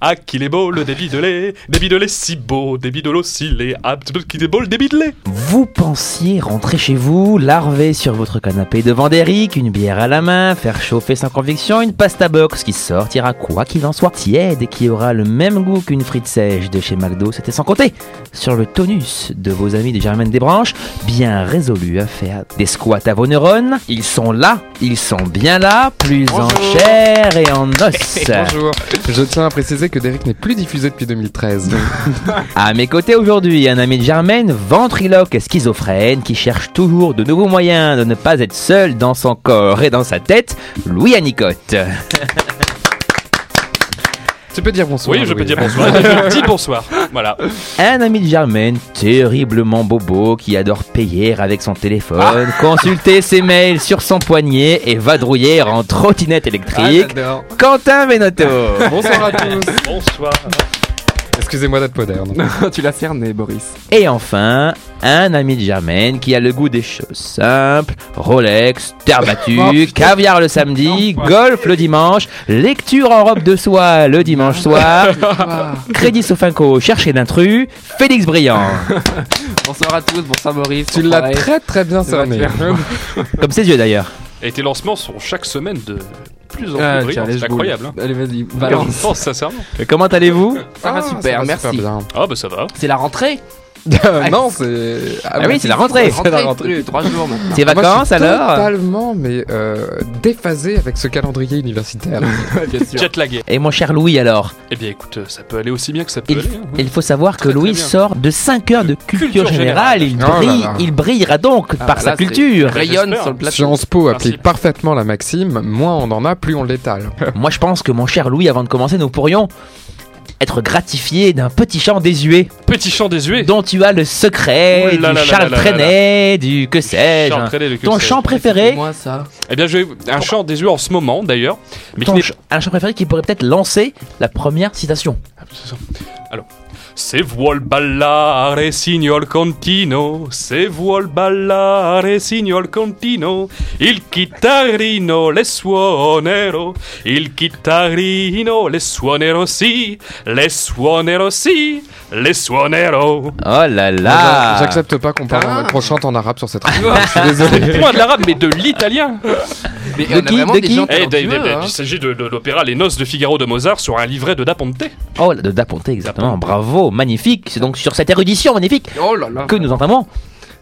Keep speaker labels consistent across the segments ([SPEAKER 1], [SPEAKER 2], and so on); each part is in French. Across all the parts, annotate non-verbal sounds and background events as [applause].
[SPEAKER 1] Ah, qu'il est beau le débit de lait, débit de lait si beau, débit de l'eau si laid, ah, qu'il est beau le débit de lait.
[SPEAKER 2] Vous pensiez rentrer chez vous, larver sur votre canapé devant Derrick, une bière à la main, faire chauffer sans conviction une pasta box qui sortira quoi qu'il en soit tiède et qui aura le même goût qu'une frite sèche de chez McDo, c'était sans compter sur le tonus de vos amis de Germaine Desbranches, bien résolus à faire des squats à vos neurones. Ils sont là, ils sont bien là, plus en
[SPEAKER 3] Bonjour.
[SPEAKER 2] chair et en os.
[SPEAKER 3] [laughs] Bonjour. Je tiens à préciser que Derek n'est plus diffusé depuis 2013.
[SPEAKER 2] À mes côtés aujourd'hui, un ami de Germaine, ventriloque et schizophrène, qui cherche toujours de nouveaux moyens de ne pas être seul dans son corps et dans sa tête, Louis Anicotte.
[SPEAKER 3] tu peux dire bonsoir.
[SPEAKER 1] Oui,
[SPEAKER 2] Ah
[SPEAKER 1] je peux
[SPEAKER 3] Louis.
[SPEAKER 1] dire bonsoir.
[SPEAKER 2] [laughs]
[SPEAKER 1] Je dis bonsoir. Voilà.
[SPEAKER 2] Un ami de Germaine, terriblement bobo, qui adore payer avec son téléphone,
[SPEAKER 3] Ah.
[SPEAKER 2] consulter ses mails sur son poignet et vadrouiller en trottinette
[SPEAKER 3] Ah,
[SPEAKER 2] électrique,
[SPEAKER 3] j'adore.
[SPEAKER 2] Quentin Benotto.
[SPEAKER 3] [laughs] Bonsoir à tous.
[SPEAKER 1] Bonsoir.
[SPEAKER 3] [laughs] Excusez-moi d'être moderne.
[SPEAKER 4] tu l'as cerné, Boris.
[SPEAKER 2] Et enfin, un ami de Germaine qui a le goût des choses simples, Rolex,
[SPEAKER 4] [laughs]
[SPEAKER 2] terre
[SPEAKER 4] Oh,
[SPEAKER 2] battue, caviar le samedi, golf le dimanche, lecture en robe de soie le dimanche
[SPEAKER 4] [laughs]
[SPEAKER 2] soir, crédit Sofinco chercher d'intrus, Félix Briand.
[SPEAKER 4] bonsoir à tous, bonsoir Boris.
[SPEAKER 3] Tu
[SPEAKER 4] bonsoir
[SPEAKER 3] l'as
[SPEAKER 4] Alex.
[SPEAKER 3] très très bien
[SPEAKER 4] C'est vrai
[SPEAKER 3] cerné.
[SPEAKER 4] que-
[SPEAKER 2] Comme ses yeux d'ailleurs.
[SPEAKER 1] Et tes lancements sont chaque semaine de plus en plus
[SPEAKER 4] Ah, tiens,
[SPEAKER 1] brillants.
[SPEAKER 4] allez,
[SPEAKER 1] C'est
[SPEAKER 4] je boule.
[SPEAKER 1] incroyable. hein.
[SPEAKER 4] Allez, vas-y,
[SPEAKER 1] Non, [laughs]
[SPEAKER 4] balance.
[SPEAKER 1] non, sincèrement.
[SPEAKER 2] Comment allez-vous
[SPEAKER 4] Ça va
[SPEAKER 3] Ah,
[SPEAKER 4] super,
[SPEAKER 3] ça
[SPEAKER 4] merci.
[SPEAKER 3] bien.
[SPEAKER 1] Ah, bah ça va.
[SPEAKER 4] C'est
[SPEAKER 2] [laughs]
[SPEAKER 4] la rentrée Ah,
[SPEAKER 3] Euh, non, c'est.
[SPEAKER 2] Ah oui, c'est la rentrée.
[SPEAKER 3] C'est la rentrée.
[SPEAKER 4] Depuis trois jours maintenant.
[SPEAKER 2] Tes
[SPEAKER 3] Moi, je suis
[SPEAKER 2] vacances alors
[SPEAKER 3] Totalement, mais euh, déphasé avec ce calendrier universitaire.
[SPEAKER 4] bien sûr.
[SPEAKER 1] Jet lagué.
[SPEAKER 2] Et mon cher Louis alors
[SPEAKER 1] Eh bien, écoute, euh, ça peut aller aussi bien que ça peut
[SPEAKER 2] Il,
[SPEAKER 1] aller. hein.
[SPEAKER 2] il faut savoir que
[SPEAKER 1] Très, très
[SPEAKER 2] Louis
[SPEAKER 1] bien.
[SPEAKER 2] sort de 5 heures de culture,
[SPEAKER 1] Culture
[SPEAKER 2] générale,
[SPEAKER 1] générale.
[SPEAKER 2] Il,
[SPEAKER 3] Oh là
[SPEAKER 2] brille,
[SPEAKER 3] là.
[SPEAKER 2] il brillera donc
[SPEAKER 4] Ah,
[SPEAKER 2] par
[SPEAKER 4] bah
[SPEAKER 2] sa
[SPEAKER 4] là, c'est-
[SPEAKER 2] culture.
[SPEAKER 4] Rayonne
[SPEAKER 1] J'espère.
[SPEAKER 4] sur le plateau.
[SPEAKER 3] Sciences Po applique
[SPEAKER 1] Principe.
[SPEAKER 3] parfaitement la maxime moins on en a, plus on l'étale.
[SPEAKER 2] [laughs] Moi, je pense que mon cher Louis, avant de commencer, nous pourrions être gratifiés d'un petit chant désuet
[SPEAKER 1] Petit chant désuet.
[SPEAKER 2] dont tu as le secret
[SPEAKER 1] Ouh là
[SPEAKER 2] du
[SPEAKER 1] là là
[SPEAKER 2] Charles
[SPEAKER 1] là là là
[SPEAKER 2] Trenet, du que sais-je.
[SPEAKER 1] Charles Trenet, le que
[SPEAKER 2] Ton
[SPEAKER 1] sais-je.
[SPEAKER 2] chant préféré,
[SPEAKER 4] Moi, ça.
[SPEAKER 1] Eh bien, j'ai un chant désuet en ce moment, d'ailleurs. Mais qui
[SPEAKER 2] ton
[SPEAKER 1] n'est-
[SPEAKER 2] ch- un chant préféré qui pourrait peut-être lancer la première citation.
[SPEAKER 1] Alors. Se vuol ballare, signor Contino, se vuol ballare, signor Contino, il chitarrino le suonerò, il chitarrino le suonerò sì, le suonerò sì, le suonerò.
[SPEAKER 2] Oh là là
[SPEAKER 3] Moi, j'a- J'accepte pas qu'on parle en-
[SPEAKER 4] Ah.
[SPEAKER 3] qu'on chante en arabe sur cette
[SPEAKER 4] [laughs]
[SPEAKER 3] radio.
[SPEAKER 4] Ah.
[SPEAKER 3] Je suis désolé.
[SPEAKER 1] Point de l'arabe, mais de l'italien.
[SPEAKER 2] De
[SPEAKER 4] Mais
[SPEAKER 2] qui, de qui
[SPEAKER 1] Eh,
[SPEAKER 4] talentueux,
[SPEAKER 1] David,
[SPEAKER 4] hein.
[SPEAKER 1] il s'agit de, de l'opéra Les Noces de Figaro de Mozart sur un livret de Da Ponte.
[SPEAKER 2] Oh, là, de Daponté, exactement.
[SPEAKER 1] Daponte.
[SPEAKER 2] Bravo, magnifique. C'est donc sur cette érudition magnifique
[SPEAKER 4] Oh là
[SPEAKER 1] Ah.
[SPEAKER 4] là.
[SPEAKER 2] que nous entamons par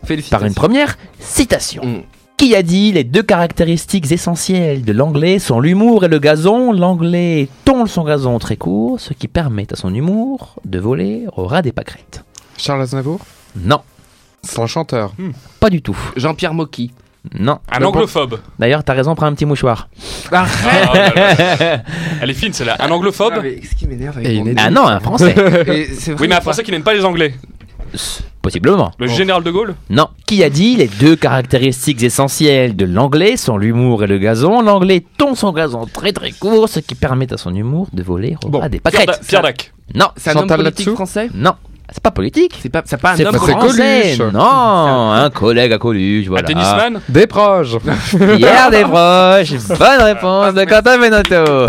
[SPEAKER 2] une
[SPEAKER 4] Félicitations.
[SPEAKER 2] première citation.
[SPEAKER 4] Mm.
[SPEAKER 2] Qui a dit les deux caractéristiques essentielles de l'anglais sont l'humour et le gazon L'anglais tonle son gazon très court, ce qui permet à son humour de voler au ras des pâquerettes.
[SPEAKER 3] Charles Aznavour
[SPEAKER 2] Non,
[SPEAKER 3] C'est un chanteur.
[SPEAKER 2] pas du tout.
[SPEAKER 4] Jean-Pierre Mocky.
[SPEAKER 2] Non.
[SPEAKER 1] Un
[SPEAKER 3] Le
[SPEAKER 1] anglophobe.
[SPEAKER 2] D'ailleurs, t'as raison, prends un petit mouchoir.
[SPEAKER 1] Ah, oh là là. Elle est fine, celle-là. Un anglophone
[SPEAKER 4] Ah, mais ce qui m'énerve
[SPEAKER 3] Et il est
[SPEAKER 2] [laughs] ah non, un français.
[SPEAKER 1] Oui, mais un Français qui n'aime pas les Anglais.
[SPEAKER 2] Possiblement.
[SPEAKER 1] Le général de Gaulle
[SPEAKER 2] Non. Qui a dit les deux caractéristiques essentielles de l'anglais sont l'humour et le gazon L'anglais tombe son gazon très très court, ce qui permet à son humour de voler au
[SPEAKER 3] Bon,
[SPEAKER 2] ras des
[SPEAKER 1] Pierre, Da-
[SPEAKER 2] pâquerettes.
[SPEAKER 1] Pierre Dac.
[SPEAKER 2] Non,
[SPEAKER 4] C'est un homme
[SPEAKER 3] Chantal
[SPEAKER 4] politique
[SPEAKER 3] là-dessous
[SPEAKER 4] français
[SPEAKER 2] non. C'est pas politique.
[SPEAKER 4] C'est pas, c'est pas un
[SPEAKER 2] C'est
[SPEAKER 4] homme
[SPEAKER 3] pas-
[SPEAKER 4] politique.
[SPEAKER 2] français.
[SPEAKER 3] Coluche.
[SPEAKER 2] Non, un collègue à Coluche, voilà.
[SPEAKER 1] Un tennisman
[SPEAKER 3] Des proches
[SPEAKER 2] Pierre Desproges, bonne réponse de Quentin Benotto.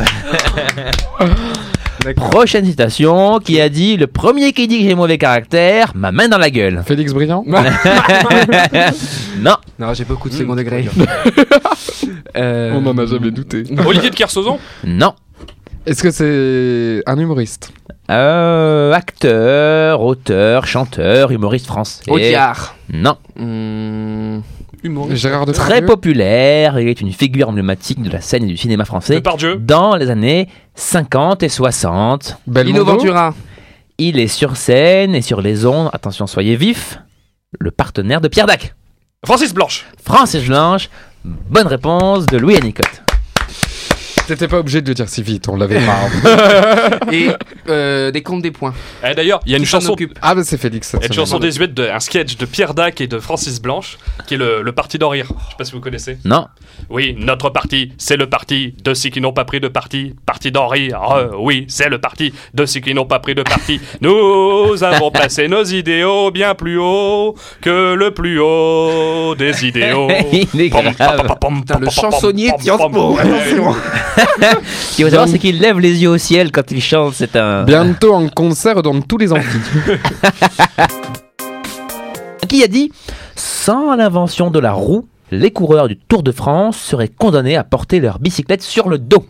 [SPEAKER 2] Prochaine citation qui a dit Le premier qui dit que j'ai mauvais caractère, ma main dans la gueule.
[SPEAKER 3] Félix Briand
[SPEAKER 2] Non,
[SPEAKER 4] Non, j'ai beaucoup de
[SPEAKER 1] Mm,
[SPEAKER 4] second degré. Euh,
[SPEAKER 3] On n'en a jamais douté.
[SPEAKER 2] Ah.
[SPEAKER 1] Olivier de Kersauzon
[SPEAKER 2] non.
[SPEAKER 3] Est-ce que c'est un humoriste
[SPEAKER 2] Euh, acteur, auteur, chanteur, humoriste français.
[SPEAKER 4] Audiard.
[SPEAKER 2] Non.
[SPEAKER 4] Hmm,
[SPEAKER 1] Humoriste.
[SPEAKER 3] Gérard Depardieu
[SPEAKER 2] Très populaire, il est une figure emblématique de la scène et du cinéma français
[SPEAKER 1] Depardieu
[SPEAKER 2] dans les années 50 et 60.
[SPEAKER 4] Lino
[SPEAKER 3] Belmondo
[SPEAKER 4] Ventura.
[SPEAKER 2] Il est sur scène et sur les ondes, attention, soyez vifs, le partenaire de Pierre Dac.
[SPEAKER 1] Francis Blanche
[SPEAKER 2] Francis Blanche, bonne réponse de Louis Anicotte.
[SPEAKER 3] T'étais pas obligé de le dire si vite, on l'avait
[SPEAKER 2] [laughs]
[SPEAKER 3] pas.
[SPEAKER 4] Et euh, des comptes des points.
[SPEAKER 1] Eh, D'ailleurs, il y a une
[SPEAKER 4] Qui s'en
[SPEAKER 1] chanson.
[SPEAKER 4] occupe
[SPEAKER 3] ah bah c'est Félix.
[SPEAKER 1] Il
[SPEAKER 3] cette
[SPEAKER 1] y a une
[SPEAKER 3] semaine.
[SPEAKER 1] chanson désuète, de, un sketch de Pierre Dac et de Francis Blanche, qui est le, le parti d'en rire. Je sais pas si vous connaissez.
[SPEAKER 2] Non,
[SPEAKER 1] Oui, notre parti, c'est le parti de ceux qui n'ont pas pris de parti. Parti d'en rire, euh, oui, c'est le parti de ceux qui n'ont pas pris de
[SPEAKER 2] [laughs]
[SPEAKER 1] parti. Nous avons placé nos idéaux bien plus haut que le plus haut des idéaux.
[SPEAKER 2] [laughs] il est grave.
[SPEAKER 4] Putain, le chansonnier de Sciences Po. Attention.
[SPEAKER 2] Ce qu'il faut savoir, c'est qu'il lève les yeux au ciel quand il chante. C'est un.
[SPEAKER 3] Bientôt en concert dans tous les amphis.
[SPEAKER 2] Qui a dit Sans l'invention de la roue, les coureurs du Tour de France seraient condamnés à porter leur bicyclette sur le dos.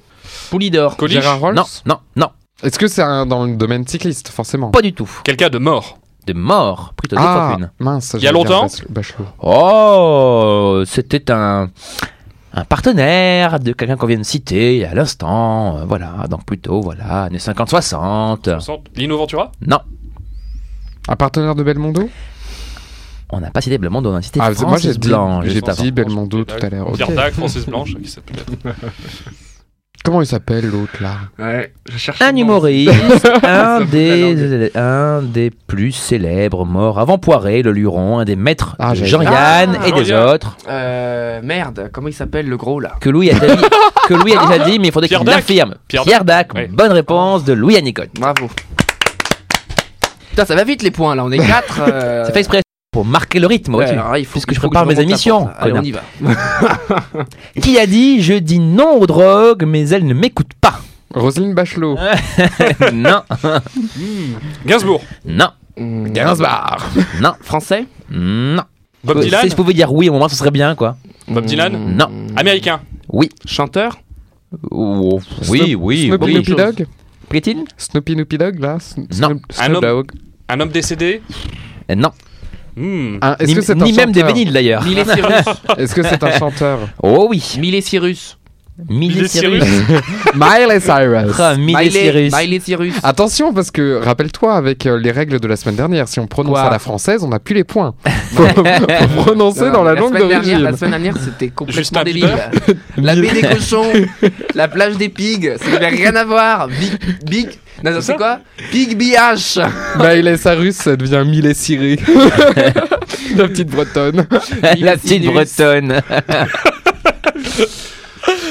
[SPEAKER 2] Poulidor.
[SPEAKER 1] Coluche
[SPEAKER 3] Gérard Rolls
[SPEAKER 2] Non, non, non,
[SPEAKER 3] Est-ce que c'est un- dans le domaine cycliste, forcément
[SPEAKER 2] pas du tout.
[SPEAKER 1] Quelqu'un de mort.
[SPEAKER 2] De mort, plutôt deux fois
[SPEAKER 3] Ah,
[SPEAKER 2] une.
[SPEAKER 3] mince.
[SPEAKER 1] Il y a
[SPEAKER 3] j'allais dire
[SPEAKER 1] longtemps
[SPEAKER 3] Bach- Bachelot.
[SPEAKER 2] Oh, c'était un, un partenaire de quelqu'un qu'on vient de citer à l'instant. euh, Voilà, donc plutôt, voilà, années 50-60.
[SPEAKER 1] Lino Ventura
[SPEAKER 2] Non,
[SPEAKER 3] Un partenaire de Belmondo
[SPEAKER 2] on n'a pas cité Belmondo, on a cité
[SPEAKER 3] Ah, moi j'ai
[SPEAKER 2] Francis
[SPEAKER 3] dit,
[SPEAKER 2] Blanc,
[SPEAKER 3] j'ai
[SPEAKER 2] juste avant.
[SPEAKER 3] dit Belmondo tout à l'heure. ok.
[SPEAKER 1] Pierre Dac, Francis Blanche. qui s'appelle-
[SPEAKER 3] Comment il s'appelle l'autre là
[SPEAKER 4] Ouais, je cherche.
[SPEAKER 2] Un humoriste, un,
[SPEAKER 4] me plaît,
[SPEAKER 2] des, un des plus célèbres morts avant Poiré, le Luron, un des maîtres
[SPEAKER 3] Ah,
[SPEAKER 2] de
[SPEAKER 3] j'avais-
[SPEAKER 2] Jean-Yann
[SPEAKER 4] Ah,
[SPEAKER 2] et des
[SPEAKER 1] Jean-Yann.
[SPEAKER 2] autres,
[SPEAKER 4] Euh, merde, comment il s'appelle le gros là
[SPEAKER 2] que Louis a déjà dit, que Louis a déjà dit mais il faudrait
[SPEAKER 1] Pierre
[SPEAKER 2] qu'il
[SPEAKER 1] Dac.
[SPEAKER 2] l'affirme.
[SPEAKER 1] Pierre
[SPEAKER 2] Pierre Dac,
[SPEAKER 1] Ouais.
[SPEAKER 2] bonne réponse de Louis Anicotte.
[SPEAKER 4] Bravo. Putain, ça va vite les points là, on
[SPEAKER 2] [laughs]
[SPEAKER 4] est 4.
[SPEAKER 2] Ça fait exprès pour marquer le rythme, vois-tu.
[SPEAKER 4] il faut,
[SPEAKER 2] Puisque
[SPEAKER 4] il
[SPEAKER 2] je
[SPEAKER 4] faut
[SPEAKER 2] prépare mes
[SPEAKER 4] remonte la
[SPEAKER 2] émissions,
[SPEAKER 4] pente, là. Allez,
[SPEAKER 2] connard.
[SPEAKER 4] on y va.
[SPEAKER 2] Qui a dit je dis non aux drogues mais elle ne m'écoute pas
[SPEAKER 3] Roselyne Bachelot.
[SPEAKER 2] [laughs] Non,
[SPEAKER 1] Gainsbourg.
[SPEAKER 2] non,
[SPEAKER 4] Hum,
[SPEAKER 3] Gainsbourg.
[SPEAKER 2] non,
[SPEAKER 4] Euh, Français
[SPEAKER 2] non. Euh,
[SPEAKER 1] Bob
[SPEAKER 2] Si
[SPEAKER 1] Dylan
[SPEAKER 2] je pouvais dire oui au moment, ce serait bien quoi.
[SPEAKER 1] Bob Dylan
[SPEAKER 3] Mm.
[SPEAKER 4] Hum,
[SPEAKER 2] Non.
[SPEAKER 1] Américain.
[SPEAKER 2] Oui.
[SPEAKER 4] Chanteur
[SPEAKER 2] Oh, Oui, oui,
[SPEAKER 3] Snoopy
[SPEAKER 2] oui.
[SPEAKER 3] Noopy Dog
[SPEAKER 2] Prétine
[SPEAKER 3] Snoopy Noopy Dog là Sno-
[SPEAKER 2] Non.
[SPEAKER 3] Snoop-
[SPEAKER 1] Un
[SPEAKER 3] Snoop
[SPEAKER 1] homme.
[SPEAKER 3] Dogg.
[SPEAKER 1] Un homme décédé
[SPEAKER 2] Euh, Non.
[SPEAKER 1] Hmm.
[SPEAKER 3] Un- Ah, Est-ce
[SPEAKER 2] Ni,
[SPEAKER 3] que c'est un
[SPEAKER 2] ni même des
[SPEAKER 3] chanteur
[SPEAKER 2] véniles d'ailleurs.
[SPEAKER 4] Miley Cyrus.
[SPEAKER 3] [laughs] Est-ce que c'est un chanteur
[SPEAKER 2] Oh oui.
[SPEAKER 4] [laughs] Miley Cyrus.
[SPEAKER 2] Miley
[SPEAKER 1] Miley
[SPEAKER 2] Cyrus.
[SPEAKER 3] [laughs] Miley Cyrus.
[SPEAKER 2] Ah, Miley Cyrus. Ah,
[SPEAKER 4] Miley Cyrus.
[SPEAKER 3] Attention parce que rappelle-toi avec euh, les règles de la semaine dernière, si on prononce
[SPEAKER 2] Quoi
[SPEAKER 3] à la française, on n'a plus les points. [laughs] Faut, faut prononcer dans la, langue
[SPEAKER 4] semaine dernière,
[SPEAKER 3] d'origine.
[SPEAKER 4] La semaine dernière, c'était
[SPEAKER 1] Justin
[SPEAKER 4] complètement délire. La baie des cochons, [laughs] la plage des pigs, ça n'avait rien à voir. Big, big, non, non, c'est quoi Big BH.
[SPEAKER 3] Miley Cyrus, ça devient Miley Cyrus. la petite bretonne.
[SPEAKER 2] [laughs] La petite
[SPEAKER 4] Cyrus.
[SPEAKER 2] bretonne.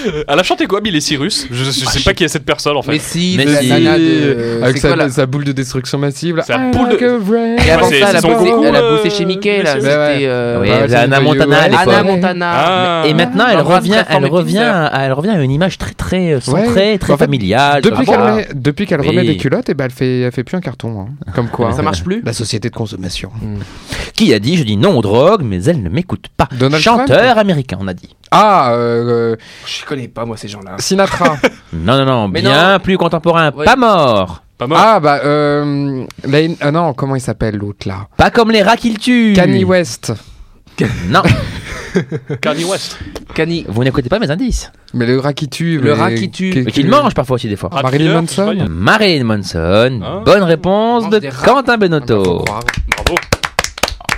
[SPEAKER 1] Euh, Elle a chanté quoi, Miley Cyrus Je, je sais pas qui est cette personne en fait.
[SPEAKER 4] Mais si,
[SPEAKER 2] Mais
[SPEAKER 4] la
[SPEAKER 2] si.
[SPEAKER 4] nana de.
[SPEAKER 3] Avec
[SPEAKER 4] c'est
[SPEAKER 3] sa,
[SPEAKER 4] quoi, là
[SPEAKER 3] sa boule de destruction massive. là.
[SPEAKER 1] Sa
[SPEAKER 3] I
[SPEAKER 1] boule de-
[SPEAKER 3] like a rain.
[SPEAKER 4] Et avant
[SPEAKER 1] Ouais,
[SPEAKER 4] ça,
[SPEAKER 1] c'est
[SPEAKER 4] elle a,
[SPEAKER 1] son
[SPEAKER 4] bossé,
[SPEAKER 1] concours,
[SPEAKER 4] elle a
[SPEAKER 1] euh,
[SPEAKER 4] bossé chez Mickey, là.
[SPEAKER 1] monsieur.
[SPEAKER 4] C'était.
[SPEAKER 3] Ouais, ouais.
[SPEAKER 4] euh,
[SPEAKER 2] Oui,
[SPEAKER 3] Bah,
[SPEAKER 2] elle
[SPEAKER 3] c'est
[SPEAKER 2] Anna
[SPEAKER 3] une vieille
[SPEAKER 2] Montana,
[SPEAKER 3] ouais.
[SPEAKER 2] à l'époque.
[SPEAKER 4] Anna
[SPEAKER 3] Ouais.
[SPEAKER 4] Montana.
[SPEAKER 1] Ah.
[SPEAKER 2] Et maintenant, elle
[SPEAKER 4] Embrasse
[SPEAKER 2] revient,
[SPEAKER 4] très fort
[SPEAKER 2] elle
[SPEAKER 4] mes petites
[SPEAKER 2] revient,
[SPEAKER 4] sœurs.
[SPEAKER 2] à- elle revient à une image très, très euh, centrée,
[SPEAKER 3] Ouais.
[SPEAKER 2] très
[SPEAKER 3] En fait,
[SPEAKER 2] familiale.
[SPEAKER 3] Depuis
[SPEAKER 2] comme
[SPEAKER 3] qu'elle
[SPEAKER 2] ça.
[SPEAKER 3] remet, depuis qu'elle remet
[SPEAKER 2] Oui.
[SPEAKER 3] des culottes, et ben elle fait, elle fait plus un carton. hein. Comme quoi.
[SPEAKER 4] Ça marche plus
[SPEAKER 3] La société de consommation.
[SPEAKER 2] Qui a dit je dis non aux drogues mais elle ne m'écoute pas.
[SPEAKER 3] Donald
[SPEAKER 2] Chanteur américain, on a dit.
[SPEAKER 3] Ah, euh, euh,
[SPEAKER 4] Je connais pas, moi, ces gens-là. [laughs]
[SPEAKER 3] Sinatra.
[SPEAKER 2] Non, non, non,
[SPEAKER 4] Mais
[SPEAKER 2] bien plus contemporain,
[SPEAKER 4] Ouais.
[SPEAKER 2] pas mort.
[SPEAKER 1] Pas mort.
[SPEAKER 3] ah bah, euh, Lane- ah non, comment il s'appelle l'autre là
[SPEAKER 2] Pas comme les rats qu'il tue.
[SPEAKER 3] Kanye West.
[SPEAKER 2] Non,
[SPEAKER 1] Kanye West.
[SPEAKER 4] Kanye.
[SPEAKER 2] vous n'écoutez pas mes indices.
[SPEAKER 3] Mais le rat qui tue.
[SPEAKER 4] Le
[SPEAKER 3] mais-
[SPEAKER 4] rat qui tue.
[SPEAKER 2] Mais qu'il mange parfois aussi des fois.
[SPEAKER 1] Rat
[SPEAKER 3] Marilyn
[SPEAKER 1] killer,
[SPEAKER 3] Manson.
[SPEAKER 1] c'est pas bien.
[SPEAKER 2] Marilyn Manson,
[SPEAKER 1] Ah.
[SPEAKER 2] bonne réponse de
[SPEAKER 4] Des rats.
[SPEAKER 2] Quentin
[SPEAKER 3] Ah, bah, faut
[SPEAKER 2] Benotto.
[SPEAKER 3] croire.
[SPEAKER 1] Bravo.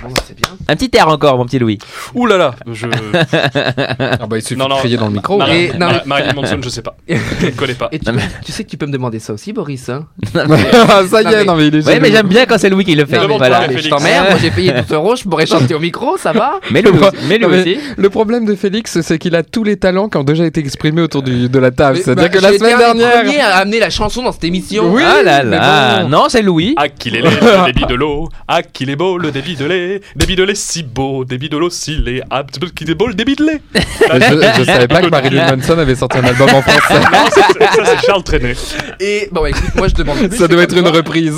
[SPEAKER 4] Bon, bah,
[SPEAKER 2] [laughs]
[SPEAKER 4] c'est bien.
[SPEAKER 2] Un petit air encore, mon petit Louis.
[SPEAKER 1] Ouh là là. Je...
[SPEAKER 3] Ah bah, il suffit
[SPEAKER 1] Non, non,
[SPEAKER 3] de crier dans le micro. [laughs]
[SPEAKER 4] Marie-
[SPEAKER 1] Marilyn
[SPEAKER 4] non,
[SPEAKER 1] Ma-
[SPEAKER 4] mais-
[SPEAKER 1] Marilyn Manson, je sais pas. Je ne connais pas.
[SPEAKER 4] Et tu, tu sais que tu peux me demander ça aussi, Boris. Hein
[SPEAKER 3] Ah, Ça y
[SPEAKER 4] Non, mais-
[SPEAKER 3] est, non mais il est
[SPEAKER 2] Ouais,
[SPEAKER 3] jaloux.
[SPEAKER 2] mais j'aime bien quand c'est Louis qui le fait.
[SPEAKER 1] Demande-toi,
[SPEAKER 2] voilà.
[SPEAKER 1] mais
[SPEAKER 4] Mais je
[SPEAKER 1] Félix.
[SPEAKER 4] t'emmerde, Oh, moi j'ai payé 12 euros, je pourrais chanter au micro, ça va
[SPEAKER 2] Mais Louis, aussi- mais
[SPEAKER 3] [laughs] [laughs] Non,
[SPEAKER 2] Louis
[SPEAKER 3] mais-
[SPEAKER 2] aussi.
[SPEAKER 3] Le problème de Félix, c'est qu'il a tous les talents qui ont déjà été exprimés autour du- de la table.
[SPEAKER 4] Mais-
[SPEAKER 3] C'est-à-dire
[SPEAKER 4] bah,
[SPEAKER 3] Ah, que la
[SPEAKER 4] j'ai été
[SPEAKER 3] semaine
[SPEAKER 4] un des
[SPEAKER 3] dernière,
[SPEAKER 4] premiers à amener la chanson dans cette émission.
[SPEAKER 3] Oui,
[SPEAKER 2] ah là
[SPEAKER 3] mais
[SPEAKER 2] là,
[SPEAKER 3] bon.
[SPEAKER 2] non, c'est Louis.
[SPEAKER 1] Ah qu'il est laid, le débit de l'eau. Ah qu'il est beau, le débit de lait. Débit de lait si beau, débit de l'eau si laid. Ah petit peu qu'il est beau, le débit de lait.
[SPEAKER 3] je, je savais pas que Marilyn Manson avait sorti un album en français.
[SPEAKER 4] Ah,
[SPEAKER 1] Non, c'est- c'est- ça c'est Charles Trenet.
[SPEAKER 4] Et bon, bah, écoute, moi je demande. plus,
[SPEAKER 3] Ça
[SPEAKER 4] c'est
[SPEAKER 3] doit être
[SPEAKER 4] comme
[SPEAKER 3] une
[SPEAKER 4] toi.
[SPEAKER 3] reprise.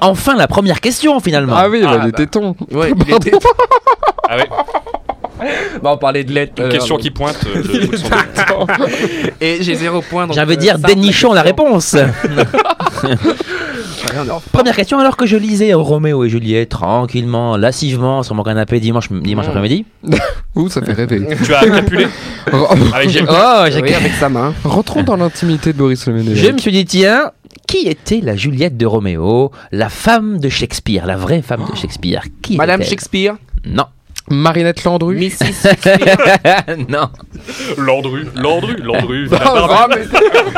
[SPEAKER 2] Enfin, la première question finalement.
[SPEAKER 3] Ah oui,
[SPEAKER 1] Ah,
[SPEAKER 3] bah, les
[SPEAKER 4] bah.
[SPEAKER 3] tétons.
[SPEAKER 4] Ouais, il était-
[SPEAKER 1] Ah ouais,
[SPEAKER 4] bah, on parlait de lettres.
[SPEAKER 1] une
[SPEAKER 4] euh,
[SPEAKER 1] question
[SPEAKER 4] non.
[SPEAKER 1] qui pointe euh,
[SPEAKER 4] [laughs]
[SPEAKER 1] le bout de son doigt.
[SPEAKER 4] Et j'ai zéro point. donc,
[SPEAKER 2] J'ai envie de
[SPEAKER 4] euh,
[SPEAKER 2] dire
[SPEAKER 4] ça,
[SPEAKER 2] dénichons la
[SPEAKER 4] question.
[SPEAKER 2] réponse.
[SPEAKER 4] Ouais, on est en forme.
[SPEAKER 2] Première question, alors que je lisais Roméo et Juliette tranquillement, lassivement sur mon canapé dimanche, dimanche
[SPEAKER 4] Mm.
[SPEAKER 2] après-midi.
[SPEAKER 3] Ouh, ça fait rêver.
[SPEAKER 1] Tu as capulé
[SPEAKER 3] Re-
[SPEAKER 1] avec
[SPEAKER 3] [laughs]
[SPEAKER 1] Jacques-
[SPEAKER 2] Oh, j'ai-
[SPEAKER 4] Ah Oui, avec sa main.
[SPEAKER 3] Rentrons dans l'intimité de Boris Le
[SPEAKER 2] je
[SPEAKER 3] Ménévec.
[SPEAKER 2] me suis dit, tiens, qui était la Juliette de Roméo, la femme de Shakespeare, la vraie femme de Shakespeare Qui
[SPEAKER 4] Madame
[SPEAKER 2] était-elle
[SPEAKER 4] Shakespeare,
[SPEAKER 2] Non.
[SPEAKER 3] Marinette Landru. [laughs]
[SPEAKER 4] Mrs.
[SPEAKER 2] [laughs] non.
[SPEAKER 1] Landru, Landru,
[SPEAKER 4] [laughs]
[SPEAKER 1] Landru. la barbe.
[SPEAKER 3] Ah, mais-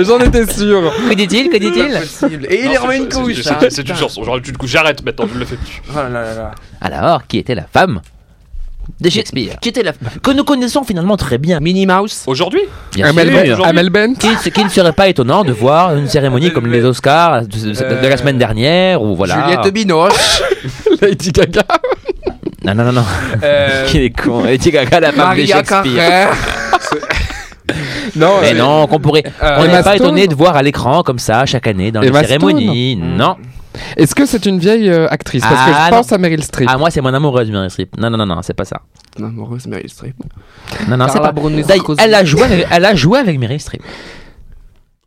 [SPEAKER 3] J'en étais sûr.
[SPEAKER 2] Que dit-il Que dit-il
[SPEAKER 4] Impossible. Et il
[SPEAKER 1] Non,
[SPEAKER 4] y
[SPEAKER 1] c'est-
[SPEAKER 4] remet une
[SPEAKER 1] c'est-
[SPEAKER 4] couche.
[SPEAKER 1] c'est-
[SPEAKER 4] hein.
[SPEAKER 1] c'est- C'est une chanson. Genre, tu te couches, j'arrête maintenant, je le fais plus.
[SPEAKER 4] Oh là là là.
[SPEAKER 2] Alors, qui était la femme de Shakespeare Bah,
[SPEAKER 4] Qui était la
[SPEAKER 2] Que nous connaissons finalement très bien.
[SPEAKER 4] Minnie Mouse
[SPEAKER 1] Aujourd'hui
[SPEAKER 4] Ah,
[SPEAKER 2] Bien
[SPEAKER 3] Amel,
[SPEAKER 2] sûr.
[SPEAKER 1] aujourd'hui.
[SPEAKER 3] Amel Bent.
[SPEAKER 2] Qui, ce qui ne serait pas étonnant de voir une cérémonie comme les Oscars de, de- de- de la semaine dernière ou voilà.
[SPEAKER 4] Euh, Juliette Binoche.
[SPEAKER 3] Lady Gaga.
[SPEAKER 2] Non non non non.
[SPEAKER 4] euh,
[SPEAKER 2] Qui est con. Lady Gaga, la femme de
[SPEAKER 4] Maria
[SPEAKER 2] Shakespeare.
[SPEAKER 4] Carrère.
[SPEAKER 3] Non,
[SPEAKER 2] Mais
[SPEAKER 3] euh,
[SPEAKER 2] non, qu'on pourrait.
[SPEAKER 3] euh,
[SPEAKER 2] on n'est
[SPEAKER 3] Emma
[SPEAKER 2] pas
[SPEAKER 3] Stone.
[SPEAKER 2] étonné de voir à l'écran comme ça chaque année dans
[SPEAKER 3] Emma
[SPEAKER 2] les cérémonies. Non.
[SPEAKER 3] Est-ce que c'est une vieille euh, actrice Parce que
[SPEAKER 2] Ah,
[SPEAKER 3] je pense à Meryl Streep.
[SPEAKER 2] Ah moi c'est mon amoureuse Meryl Streep. Non non non non, c'est pas ça.
[SPEAKER 4] Non, amoureux, c'est Meryl Streep.
[SPEAKER 2] Non non, c'est
[SPEAKER 4] Carla
[SPEAKER 2] pas.
[SPEAKER 4] Bruni
[SPEAKER 2] D'ailleurs,
[SPEAKER 4] Sarkozy.
[SPEAKER 2] Elle a joué avec, elle a joué avec Meryl Streep.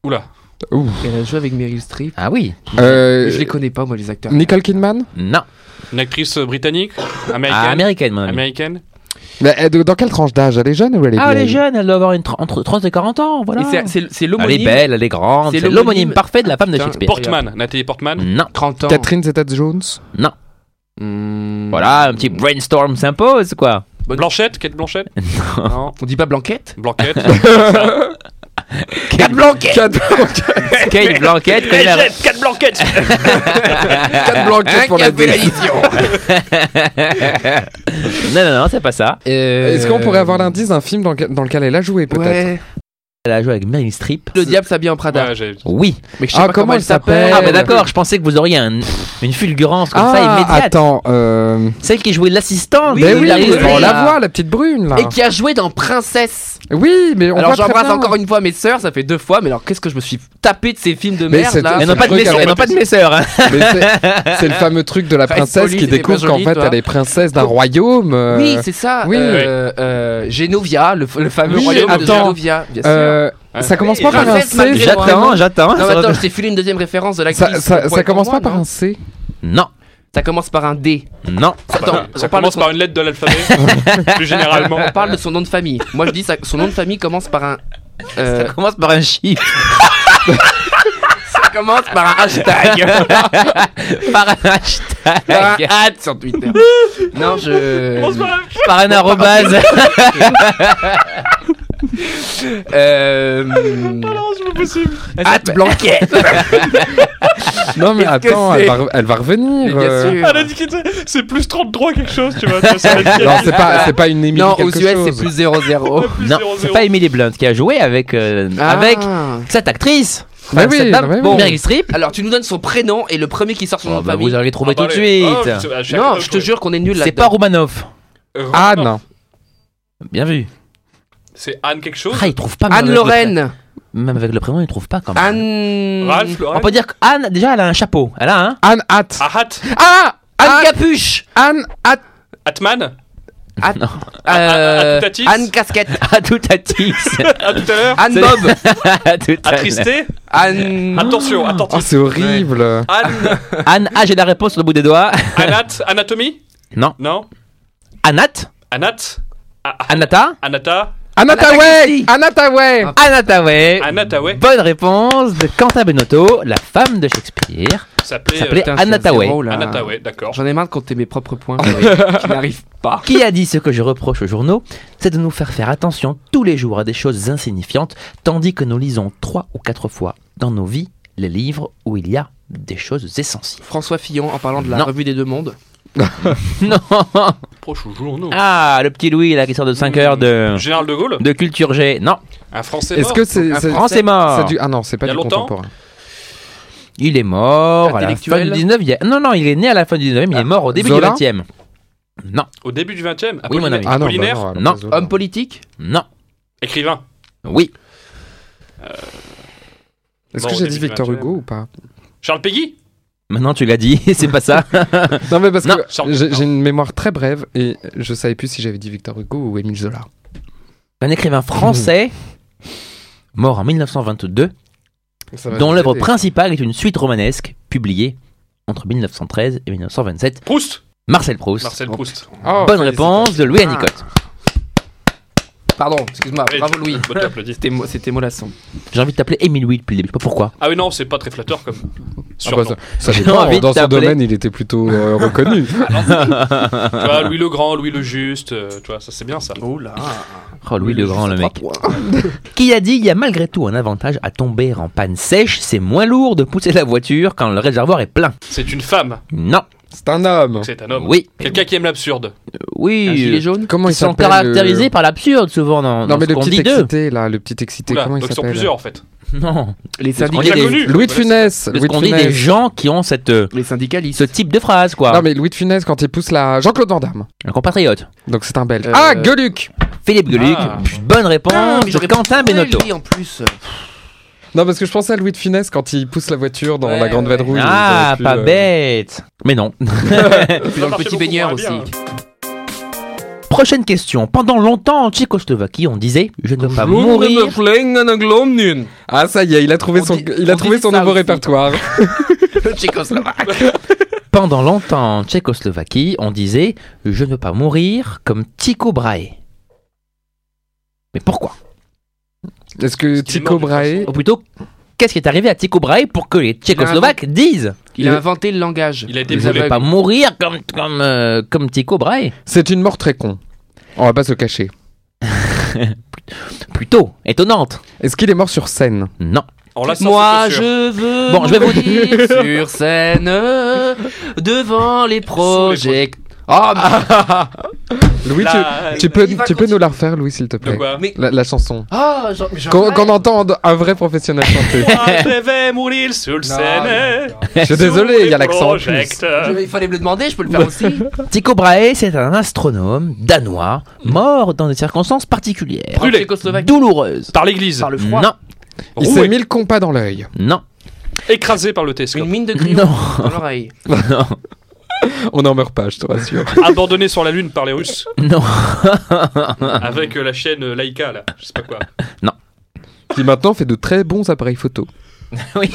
[SPEAKER 1] Oula.
[SPEAKER 3] Ouh.
[SPEAKER 4] Elle a joué avec Meryl Streep.
[SPEAKER 2] Ah oui.
[SPEAKER 3] Euh,
[SPEAKER 4] Je les connais pas, moi, les acteurs.
[SPEAKER 3] Nicole Kidman
[SPEAKER 2] Non.
[SPEAKER 1] Une actrice euh, britannique Américaine
[SPEAKER 2] Ah, américaine mon ami.
[SPEAKER 1] Américaine
[SPEAKER 3] Mais, euh, de- Dans quelle tranche d'âge Elle est jeune ou elle est
[SPEAKER 2] Ah elle est
[SPEAKER 3] vieille
[SPEAKER 2] jeune, elle doit avoir une tr- entre 30 et 40 ans, voilà.
[SPEAKER 4] Et c'est- C'est c'est
[SPEAKER 2] Elle est
[SPEAKER 4] l'homonyme.
[SPEAKER 2] belle, elle est grande.
[SPEAKER 4] C'est
[SPEAKER 2] C'est
[SPEAKER 4] l'homonyme-
[SPEAKER 2] l'homonyme parfait de la femme de
[SPEAKER 4] Putain,
[SPEAKER 2] Shakespeare.
[SPEAKER 1] Portman, Nathalie
[SPEAKER 4] Mm.
[SPEAKER 1] Portman
[SPEAKER 2] Non.
[SPEAKER 4] 30 ans.
[SPEAKER 3] Catherine Zeta-Jones
[SPEAKER 4] Hmm.
[SPEAKER 2] Voilà, un petit brainstorm s'impose
[SPEAKER 4] [laughs]
[SPEAKER 2] quoi.
[SPEAKER 1] Blanchette Kate Blanchette Non.
[SPEAKER 4] On dit pas Blanquette [laughs]
[SPEAKER 1] Blanquette
[SPEAKER 2] Kate Blanquette. Kate
[SPEAKER 4] [laughs]
[SPEAKER 2] Blanquette. connaît la-
[SPEAKER 1] Kate Blanquette
[SPEAKER 3] Quatre
[SPEAKER 4] Hein,
[SPEAKER 3] blanquettes pour
[SPEAKER 4] qui
[SPEAKER 3] la
[SPEAKER 4] a fait
[SPEAKER 3] vie.
[SPEAKER 4] l'édition
[SPEAKER 2] [laughs] Non non non, c'est pas ça.
[SPEAKER 3] Est-ce qu'on pourrait avoir l'indice d'un film dans, lequel- dans lequel elle a joué peut-être
[SPEAKER 4] Euh, Ouais.
[SPEAKER 2] Elle a joué avec Meryl Streep.
[SPEAKER 4] Le diable s'habille en Prada.
[SPEAKER 1] Ouais, j'ai-
[SPEAKER 2] Oui.
[SPEAKER 4] Mais je sais
[SPEAKER 3] Ah,
[SPEAKER 4] pas
[SPEAKER 3] comment
[SPEAKER 4] comment
[SPEAKER 3] elle
[SPEAKER 4] elle
[SPEAKER 3] s'appelle
[SPEAKER 4] s'appelle.
[SPEAKER 2] Ah bah d'accord, je pensais que vous auriez un- une fulgurance comme ça
[SPEAKER 3] Ah,
[SPEAKER 2] immédiate.
[SPEAKER 3] attends. Euh...
[SPEAKER 2] Celle qui jouait l'assistante.
[SPEAKER 4] Oui,
[SPEAKER 3] mais
[SPEAKER 2] de
[SPEAKER 3] oui,
[SPEAKER 2] la-
[SPEAKER 4] oui, oui.
[SPEAKER 3] on la
[SPEAKER 2] là.
[SPEAKER 3] voit, la petite brune là.
[SPEAKER 4] Et qui a joué dans Princesse.
[SPEAKER 3] Oui, mais on
[SPEAKER 4] alors
[SPEAKER 3] voit très
[SPEAKER 4] j'embrasse
[SPEAKER 3] bien.
[SPEAKER 4] encore une fois mes sœurs, ça fait deux fois, mais alors qu'est-ce que je me suis tapé de ces films de
[SPEAKER 3] Mais
[SPEAKER 4] merde
[SPEAKER 3] c'est-
[SPEAKER 4] là
[SPEAKER 2] Elles
[SPEAKER 3] c'est
[SPEAKER 2] n'ont
[SPEAKER 3] un
[SPEAKER 2] pas, de
[SPEAKER 3] truc
[SPEAKER 2] mes sœurs-
[SPEAKER 3] avec-
[SPEAKER 2] elles n'ont pas de mes sœurs. hein.
[SPEAKER 3] Mais c'est- c'est le fameux truc de la
[SPEAKER 4] Reste
[SPEAKER 3] princesse
[SPEAKER 4] poli,
[SPEAKER 3] qui
[SPEAKER 4] t'es pas
[SPEAKER 3] découvre qu'en
[SPEAKER 4] jolie,
[SPEAKER 3] fait
[SPEAKER 4] toi.
[SPEAKER 3] elle est princesse d'un royaume. euh,
[SPEAKER 4] Oui, c'est ça.
[SPEAKER 3] oui.
[SPEAKER 4] euh, euh, Genovia, le, le fameux
[SPEAKER 3] Oui,
[SPEAKER 4] royaume de
[SPEAKER 3] attends.
[SPEAKER 4] Genovia, bien sûr.
[SPEAKER 3] euh,
[SPEAKER 1] Ouais.
[SPEAKER 3] Ça commence
[SPEAKER 4] Oui,
[SPEAKER 3] pas par un
[SPEAKER 4] princesse
[SPEAKER 3] C.
[SPEAKER 4] malgré
[SPEAKER 3] je-
[SPEAKER 4] moi.
[SPEAKER 2] J'attends, j'attends.
[SPEAKER 4] Non, mais attends, je t'ai filé une deuxième référence de l'actrice.
[SPEAKER 3] Ça, ça,
[SPEAKER 4] Point
[SPEAKER 3] ça
[SPEAKER 4] pour
[SPEAKER 3] commence
[SPEAKER 4] moi,
[SPEAKER 3] pas par
[SPEAKER 4] non
[SPEAKER 3] un C.
[SPEAKER 2] Non,
[SPEAKER 4] Ça commence par un D.
[SPEAKER 2] non.
[SPEAKER 4] Attends,
[SPEAKER 1] ça
[SPEAKER 4] on parle de
[SPEAKER 1] commence
[SPEAKER 4] son-
[SPEAKER 1] par une lettre de l'alphabet, plus
[SPEAKER 4] [laughs]
[SPEAKER 1] généralement.
[SPEAKER 4] On parle de son nom de famille. Moi, je dis ça, son nom de famille commence par un.
[SPEAKER 2] Ça
[SPEAKER 4] euh, [laughs]
[SPEAKER 2] commence par un chiffre.
[SPEAKER 4] ça commence par un hashtag.
[SPEAKER 2] [laughs]
[SPEAKER 4] [laughs]
[SPEAKER 2] Par un hashtag.
[SPEAKER 4] par un hâte sur Twitter. Non, je.
[SPEAKER 2] Par un arrobase.
[SPEAKER 4] Euh. Hâte Blanquet.
[SPEAKER 1] [laughs]
[SPEAKER 3] Non mais
[SPEAKER 4] Qu'est-ce que
[SPEAKER 3] attends, elle
[SPEAKER 4] c'est
[SPEAKER 3] va, elle va revenir.
[SPEAKER 4] Bien
[SPEAKER 3] euh.
[SPEAKER 1] Elle
[SPEAKER 4] sûr. Ah.
[SPEAKER 1] a dit que c'était- Ah, c'est plus 33 quelque chose, tu
[SPEAKER 4] [laughs]
[SPEAKER 1] vois. ça, ça va être-
[SPEAKER 3] Non, c'est pas, c'est pas une Émilie
[SPEAKER 4] Non, aux
[SPEAKER 3] quelque
[SPEAKER 4] US,
[SPEAKER 3] chose.
[SPEAKER 4] c'est plus 0-0.
[SPEAKER 1] plus
[SPEAKER 2] Non,
[SPEAKER 1] 00.
[SPEAKER 2] c'est pas Emily Blunt qui a joué avec euh,
[SPEAKER 4] Ah.
[SPEAKER 2] avec cette actrice.
[SPEAKER 3] Mais
[SPEAKER 2] Enfin,
[SPEAKER 3] oui,
[SPEAKER 2] cette dame,
[SPEAKER 3] mais oui.
[SPEAKER 2] bon, Meryl Streep.
[SPEAKER 4] Alors, tu nous donnes son prénom et le premier qui sort son
[SPEAKER 2] Bon,
[SPEAKER 4] nom de
[SPEAKER 2] bah, vous
[SPEAKER 4] famille.
[SPEAKER 2] allez trouver
[SPEAKER 1] Ah, bah,
[SPEAKER 2] tout de
[SPEAKER 1] allez. Oh,
[SPEAKER 2] suite.
[SPEAKER 1] je- à chaque
[SPEAKER 4] Non,
[SPEAKER 1] fois,
[SPEAKER 4] je te
[SPEAKER 1] ouais.
[SPEAKER 4] jure qu'on est nul là.
[SPEAKER 2] C'est pas Romanov.
[SPEAKER 1] Euh, non,
[SPEAKER 3] Anne.
[SPEAKER 2] Bien vu.
[SPEAKER 1] C'est Anne quelque chose.
[SPEAKER 2] Ah, il trouve pas. même
[SPEAKER 4] Anne
[SPEAKER 2] avec le pré-
[SPEAKER 4] Lorraine.
[SPEAKER 2] Même avec le prénom, il trouve pas quand même.
[SPEAKER 4] Anne.
[SPEAKER 1] Ralph,
[SPEAKER 2] On
[SPEAKER 1] Laurent.
[SPEAKER 2] peut dire qu'Anne, déjà, elle a un chapeau. Elle a hein? un.
[SPEAKER 3] Anne Hatt.
[SPEAKER 1] Ah, Hat.
[SPEAKER 3] Ah
[SPEAKER 4] Anne Capuche.
[SPEAKER 3] Anne Hatt.
[SPEAKER 1] Atman.
[SPEAKER 4] Anne-
[SPEAKER 2] Non. [laughs]
[SPEAKER 4] euh,
[SPEAKER 1] Anne Tatis.
[SPEAKER 4] Anne Casquette.
[SPEAKER 2] À tout à tisse.
[SPEAKER 1] À tout à l'heure.
[SPEAKER 4] Anne [laughs] Bob.
[SPEAKER 2] [laughs] À tout à l'heure.
[SPEAKER 1] Attristé.
[SPEAKER 4] Anne.
[SPEAKER 1] Attention,
[SPEAKER 3] Oh,
[SPEAKER 1] attentif.
[SPEAKER 3] c'est horrible. [laughs]
[SPEAKER 1] Anne.
[SPEAKER 2] Anne, ah, j'ai la réponse sur le bout des doigts. [laughs]
[SPEAKER 1] Anat. Anatomie.
[SPEAKER 2] Non.
[SPEAKER 1] Non.
[SPEAKER 2] Anat.
[SPEAKER 1] Anat.
[SPEAKER 2] Anata.
[SPEAKER 1] Anata.
[SPEAKER 3] Anataway
[SPEAKER 4] Christie.
[SPEAKER 3] Anataway
[SPEAKER 2] Ah, Anataway.
[SPEAKER 1] Anataway.
[SPEAKER 2] Bonne réponse de Quentin Benotto, la femme de Shakespeare.
[SPEAKER 1] S'appelait.
[SPEAKER 2] S'appelait-
[SPEAKER 1] euh,
[SPEAKER 4] Putain, je suis à
[SPEAKER 2] Anne Hathaway.
[SPEAKER 4] zéro, là.
[SPEAKER 1] Anataway, d'accord.
[SPEAKER 4] hein. J'en ai marre de compter mes propres [laughs] points. qui n'arrivent pas.
[SPEAKER 2] Qui a dit ce que je reproche aux journaux, c'est de nous faire faire attention tous les jours à des choses insignifiantes, tandis que nous lisons trois ou quatre fois dans nos vies les livres où il y a des choses
[SPEAKER 4] [laughs]
[SPEAKER 2] essentielles.
[SPEAKER 4] François Fillon en parlant de la
[SPEAKER 2] Non.
[SPEAKER 4] revue des deux mondes.
[SPEAKER 2] Non
[SPEAKER 1] Proche au journaux.
[SPEAKER 2] Ah, le petit Louis, là, qui sort de
[SPEAKER 4] Hmm.
[SPEAKER 2] 5 heures de,
[SPEAKER 1] Général de Gaulle.
[SPEAKER 2] de culture G. Non,
[SPEAKER 1] Un Français.
[SPEAKER 3] Ah. Est-ce
[SPEAKER 1] mort.
[SPEAKER 3] que c'est. c'est-
[SPEAKER 2] France est mort.
[SPEAKER 3] c'est du- Ah non, c'est pas
[SPEAKER 1] Il y a
[SPEAKER 3] du
[SPEAKER 1] longtemps
[SPEAKER 3] contemporain.
[SPEAKER 2] Il est mort à la fin
[SPEAKER 4] Intellectuel.
[SPEAKER 2] du 19e. Non, non, il est né à la fin du 19e, il est mort au début
[SPEAKER 3] Ah, Zola
[SPEAKER 2] du 20e. Non,
[SPEAKER 1] Au début du 20 e
[SPEAKER 2] Oui, mon ami.
[SPEAKER 3] Ah non, bah
[SPEAKER 1] Apollinaire.
[SPEAKER 3] non, alors,
[SPEAKER 2] Non.
[SPEAKER 3] désolé.
[SPEAKER 4] Homme politique.
[SPEAKER 2] non,
[SPEAKER 1] Écrivain.
[SPEAKER 2] oui,
[SPEAKER 3] Est-ce
[SPEAKER 1] Bon,
[SPEAKER 3] que
[SPEAKER 1] au
[SPEAKER 3] j'ai dit
[SPEAKER 1] début
[SPEAKER 3] Victor
[SPEAKER 1] 20e.
[SPEAKER 3] Hugo ou pas
[SPEAKER 1] Charles Peggy.
[SPEAKER 2] maintenant tu l'as dit, [laughs] c'est pas
[SPEAKER 3] [laughs]
[SPEAKER 2] ça.
[SPEAKER 3] Non, mais parce
[SPEAKER 2] Non.
[SPEAKER 1] Charles-
[SPEAKER 3] que j'ai j'ai une mémoire très brève et je savais plus si j'avais dit Victor Hugo ou Émile Zola.
[SPEAKER 2] Un écrivain français mort en 1922,
[SPEAKER 3] Ça va
[SPEAKER 2] dont
[SPEAKER 3] nous
[SPEAKER 2] l'œuvre
[SPEAKER 3] aider.
[SPEAKER 2] principale est une suite romanesque publiée entre 1913 et 1927,
[SPEAKER 1] Proust.
[SPEAKER 2] Marcel Proust.
[SPEAKER 1] Marcel Proust.
[SPEAKER 3] Oh,
[SPEAKER 2] Bonne réponse de Louis Anicotte.
[SPEAKER 4] Pardon, excuse-moi.
[SPEAKER 3] Ah,
[SPEAKER 1] Oui,
[SPEAKER 4] Bravo
[SPEAKER 1] tu-
[SPEAKER 4] Louis.
[SPEAKER 1] bah, t'applaudis.
[SPEAKER 4] C'était mo- C'était Molasson.
[SPEAKER 2] J'ai envie de t'appeler Émile Louis depuis le début, je sais pas pourquoi.
[SPEAKER 1] Ah oui, non, c'est pas très flatteur comme.
[SPEAKER 3] Ah bah,
[SPEAKER 1] surnom.
[SPEAKER 3] ça, ça
[SPEAKER 2] [laughs] J'ai
[SPEAKER 3] dépend,
[SPEAKER 2] envie de
[SPEAKER 3] dans son
[SPEAKER 2] t'appeler.
[SPEAKER 3] domaine, il était plutôt euh, reconnu.
[SPEAKER 2] [laughs]
[SPEAKER 1] Tu vois, Louis le Grand, Louis le Juste, euh, tu vois, ça c'est bien ça.
[SPEAKER 4] Oh là.
[SPEAKER 2] Oh, Louis le Grand, le mec.
[SPEAKER 4] Trois points.
[SPEAKER 2] [laughs] Qui a dit il y a malgré tout un avantage à tomber en panne sèche, c'est moins lourd de pousser la voiture quand le réservoir est plein.
[SPEAKER 1] C'est une femme,
[SPEAKER 2] Non,
[SPEAKER 3] C'est un homme.
[SPEAKER 1] c'est un homme.
[SPEAKER 2] oui,
[SPEAKER 1] Quelqu'un qui aime l'absurde.
[SPEAKER 2] oui.
[SPEAKER 4] Un gilet jaune.
[SPEAKER 3] Comment
[SPEAKER 2] Ils
[SPEAKER 3] il
[SPEAKER 2] sont
[SPEAKER 3] s'appelle
[SPEAKER 2] caractérisés
[SPEAKER 3] le-
[SPEAKER 2] par l'absurde souvent dans,
[SPEAKER 3] euh, Non
[SPEAKER 2] dans
[SPEAKER 3] mais
[SPEAKER 2] ce
[SPEAKER 3] le
[SPEAKER 2] qu'on
[SPEAKER 3] petit
[SPEAKER 2] dit d'eux.
[SPEAKER 3] excité là, le petit excité,
[SPEAKER 1] Oula,
[SPEAKER 3] comment il
[SPEAKER 1] donc ils sont
[SPEAKER 3] s'appelle
[SPEAKER 1] plusieurs en fait.
[SPEAKER 2] [laughs] Non.
[SPEAKER 4] Les
[SPEAKER 2] Parce qu'on
[SPEAKER 1] On
[SPEAKER 2] dit
[SPEAKER 1] les a
[SPEAKER 2] des-
[SPEAKER 4] syndicalistes.
[SPEAKER 1] connus.
[SPEAKER 3] Louis de
[SPEAKER 1] Voilà,
[SPEAKER 3] Funès,
[SPEAKER 2] Parce
[SPEAKER 3] Louis de
[SPEAKER 2] qu'on dit des
[SPEAKER 3] Funès.
[SPEAKER 2] gens qui ont cette, euh,
[SPEAKER 4] Les
[SPEAKER 2] ce
[SPEAKER 4] syndicalistes.
[SPEAKER 2] type de phrase, quoi.
[SPEAKER 3] Non mais Louis de Funès quand il pousse la Jean-Claude Van Damme.
[SPEAKER 2] Un compatriote.
[SPEAKER 3] Donc c'est un belge.
[SPEAKER 4] Euh,
[SPEAKER 3] Ah Geluc.
[SPEAKER 2] Philippe Geluc.
[SPEAKER 3] Ah.
[SPEAKER 2] Pff, Bonne réponse
[SPEAKER 4] mais
[SPEAKER 2] de
[SPEAKER 4] j'aurais
[SPEAKER 2] Quentin
[SPEAKER 4] pas trouvé,
[SPEAKER 2] Benotto.
[SPEAKER 4] lui, en plus.
[SPEAKER 3] Non, parce que je pensais à Louis de Funès quand il pousse la voiture dans
[SPEAKER 4] Ouais,
[SPEAKER 3] la grande
[SPEAKER 4] ouais.
[SPEAKER 3] vadrouille.
[SPEAKER 2] Ah,
[SPEAKER 3] Ils auraient pu,
[SPEAKER 2] pas
[SPEAKER 3] euh,
[SPEAKER 2] bête. Mais non.
[SPEAKER 4] Et puis dans le
[SPEAKER 1] marchait
[SPEAKER 4] petit
[SPEAKER 1] beaucoup
[SPEAKER 4] baigneur aussi.
[SPEAKER 1] moins
[SPEAKER 2] Prochaine question. Pendant longtemps, en Tchécoslovaquie, on disait Je ne veux pas
[SPEAKER 3] Je ne
[SPEAKER 2] mourir.
[SPEAKER 3] me plains d'un globe nul. Ah ça y est, il a trouvé
[SPEAKER 4] On
[SPEAKER 3] son,
[SPEAKER 4] dit-
[SPEAKER 3] il a
[SPEAKER 4] on
[SPEAKER 3] trouvé
[SPEAKER 4] dit
[SPEAKER 3] son
[SPEAKER 4] ça
[SPEAKER 3] nouveau
[SPEAKER 4] aussi.
[SPEAKER 3] répertoire.
[SPEAKER 1] hein.
[SPEAKER 4] [laughs] Le Tchécoslovaque.
[SPEAKER 2] Pendant longtemps, en Tchécoslovaquie, on disait Je ne veux pas mourir comme Tycho Brahe. Mais pourquoi
[SPEAKER 3] Est-ce que
[SPEAKER 1] qu'il est
[SPEAKER 3] Tycho
[SPEAKER 1] mort de
[SPEAKER 3] Brahe
[SPEAKER 2] Ou plutôt, qu'est-ce qui est arrivé à Tycho Brahe pour que les Tchécoslovaques disent
[SPEAKER 4] Il a inventé le langage.
[SPEAKER 1] Il a été
[SPEAKER 2] Je
[SPEAKER 4] Des
[SPEAKER 2] ne veux
[SPEAKER 4] aveugles.
[SPEAKER 2] pas mourir comme, comme, euh, comme Tycho Brahe
[SPEAKER 3] C'est une mort très con. On va pas se le cacher.
[SPEAKER 2] Plutôt étonnante.
[SPEAKER 3] Est-ce qu'il est mort sur scène
[SPEAKER 2] Non.
[SPEAKER 1] On l'a senti,
[SPEAKER 4] Moi
[SPEAKER 1] c'est sûr.
[SPEAKER 4] je veux
[SPEAKER 2] Bon, je vais vous
[SPEAKER 4] mourir [laughs] sur scène devant les projets. Oh, mais-
[SPEAKER 3] Louis, tu-
[SPEAKER 1] La-
[SPEAKER 3] tu, peux,
[SPEAKER 4] Il va
[SPEAKER 3] tu peux
[SPEAKER 4] continuer.
[SPEAKER 3] nous la refaire, Louis, s'il te
[SPEAKER 1] De
[SPEAKER 3] plaît
[SPEAKER 1] quoi
[SPEAKER 4] mais
[SPEAKER 3] la, la chanson.
[SPEAKER 4] ah, j'en- mais j'en
[SPEAKER 3] Qu'on
[SPEAKER 4] rêve.
[SPEAKER 3] qu'on entende un vrai professionnel chanter.
[SPEAKER 1] Moi, Ah, je vais mourir sur le scène.
[SPEAKER 3] Je suis désolé, il y a l'accent en plus.
[SPEAKER 1] projecteurs.
[SPEAKER 4] Je- Euh, il fallait me le demander, je peux le faire aussi.
[SPEAKER 2] Tycho Brahe, c'est un astronome danois mort dans des circonstances particulières,
[SPEAKER 1] Brûlé.
[SPEAKER 4] En Tchécoslovaque.
[SPEAKER 2] douloureuses.
[SPEAKER 1] Par l'église.
[SPEAKER 4] Par le froid.
[SPEAKER 2] Non,
[SPEAKER 3] Il
[SPEAKER 1] Roué.
[SPEAKER 3] s'est mis le compas dans l'œil.
[SPEAKER 2] non, [laughs]
[SPEAKER 1] Écrasé par le
[SPEAKER 4] Une
[SPEAKER 1] télescope.
[SPEAKER 4] mine de grillons
[SPEAKER 2] non,
[SPEAKER 4] dans l'oreille.
[SPEAKER 2] non,
[SPEAKER 3] On n'en meurt pas, je te rassure.
[SPEAKER 1] [laughs] Abandonné sur la lune par les Russes.
[SPEAKER 2] non.
[SPEAKER 1] Avec euh, la chaîne euh, Laika, là. Je sais pas quoi.
[SPEAKER 3] Qui maintenant fait de très bons appareils photo.
[SPEAKER 2] [laughs] Oui.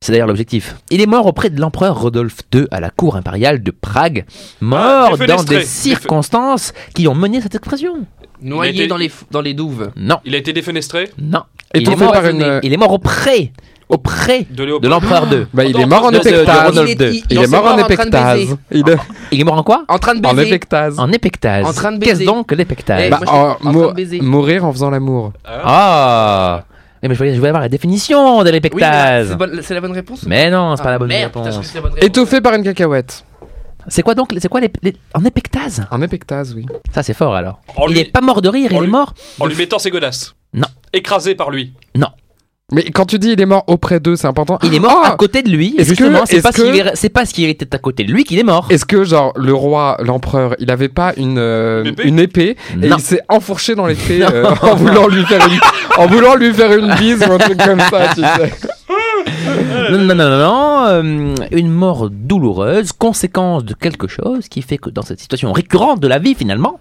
[SPEAKER 2] C'est d'ailleurs l'objectif. Il est mort auprès de l'empereur Rodolphe II à la cour impériale de Prague,
[SPEAKER 1] Ah,
[SPEAKER 2] mort dans
[SPEAKER 1] défenestré.
[SPEAKER 2] des circonstances qui ont mené cette expression.
[SPEAKER 1] Il a
[SPEAKER 4] [laughs] Noyé
[SPEAKER 1] été-
[SPEAKER 4] dans les, f- dans les douves.
[SPEAKER 2] Non,
[SPEAKER 1] Il a été défenestré
[SPEAKER 2] non. il, est
[SPEAKER 3] Étouffé
[SPEAKER 2] mort,
[SPEAKER 3] par une.
[SPEAKER 4] euh,
[SPEAKER 2] il est mort auprès, auprès
[SPEAKER 1] de
[SPEAKER 2] de
[SPEAKER 1] Léopold.
[SPEAKER 2] l'empereur II.
[SPEAKER 3] Bah, il est mort en
[SPEAKER 2] De- de- de
[SPEAKER 3] épectase.
[SPEAKER 2] Rodolphe II.
[SPEAKER 3] Il est mort en épectase. Il est
[SPEAKER 2] Il est mort en quoi
[SPEAKER 4] En train de
[SPEAKER 3] en
[SPEAKER 4] baiser.
[SPEAKER 3] épectase.
[SPEAKER 2] En épectase.
[SPEAKER 4] En train de
[SPEAKER 2] Qu'est-ce
[SPEAKER 4] baiser.
[SPEAKER 2] donc que l'épectase
[SPEAKER 4] Eh,
[SPEAKER 3] Bah,
[SPEAKER 4] moi, je-
[SPEAKER 3] en-
[SPEAKER 4] en train
[SPEAKER 3] mou-
[SPEAKER 4] de baiser.
[SPEAKER 3] mourir en faisant l'amour.
[SPEAKER 2] Ah Eh, Mais je voulais, je voulais avoir la définition de
[SPEAKER 4] Oui, mais
[SPEAKER 2] l'épectase.
[SPEAKER 4] c'est bonne- c'est la bonne réponse.
[SPEAKER 2] mais non, c'est pas la bonne
[SPEAKER 4] Merde, putain, je
[SPEAKER 2] réponse.
[SPEAKER 4] sais que c'est la bonne réponse.
[SPEAKER 3] Étouffé par une cacahuète.
[SPEAKER 2] C'est quoi donc C'est quoi les, les- en épectase
[SPEAKER 3] En épectase, oui.
[SPEAKER 2] Ça c'est fort alors.
[SPEAKER 1] En
[SPEAKER 2] il
[SPEAKER 1] lui-
[SPEAKER 2] est pas mort de rire,
[SPEAKER 1] en
[SPEAKER 2] il est
[SPEAKER 1] lui-
[SPEAKER 2] mort.
[SPEAKER 1] En lui mettant ses godasses.
[SPEAKER 2] Non.
[SPEAKER 1] Écrasé par lui.
[SPEAKER 3] Mais quand tu dis il est mort auprès d'eux, c'est important.
[SPEAKER 2] Il est mort
[SPEAKER 3] Ah
[SPEAKER 2] à côté de lui.
[SPEAKER 3] Est-ce
[SPEAKER 2] Justement,
[SPEAKER 3] que-
[SPEAKER 2] c'est
[SPEAKER 3] est-ce
[SPEAKER 2] parce
[SPEAKER 3] que-
[SPEAKER 2] qu'il est- c'est parce qu'il était à côté de lui qu'il est mort.
[SPEAKER 3] Est-ce que, genre, le roi, l'empereur, il avait pas une, euh,
[SPEAKER 1] Une épée
[SPEAKER 3] une épée et
[SPEAKER 2] Non.
[SPEAKER 3] il s'est enfourché dans [laughs] l'épée euh, en, voulant lui faire une, en voulant lui faire une bise ou un truc comme ça, tu sais.
[SPEAKER 2] Non, non, non, non, non, euh, une mort douloureuse, conséquence de quelque chose qui fait que dans cette situation récurrente de la vie finalement,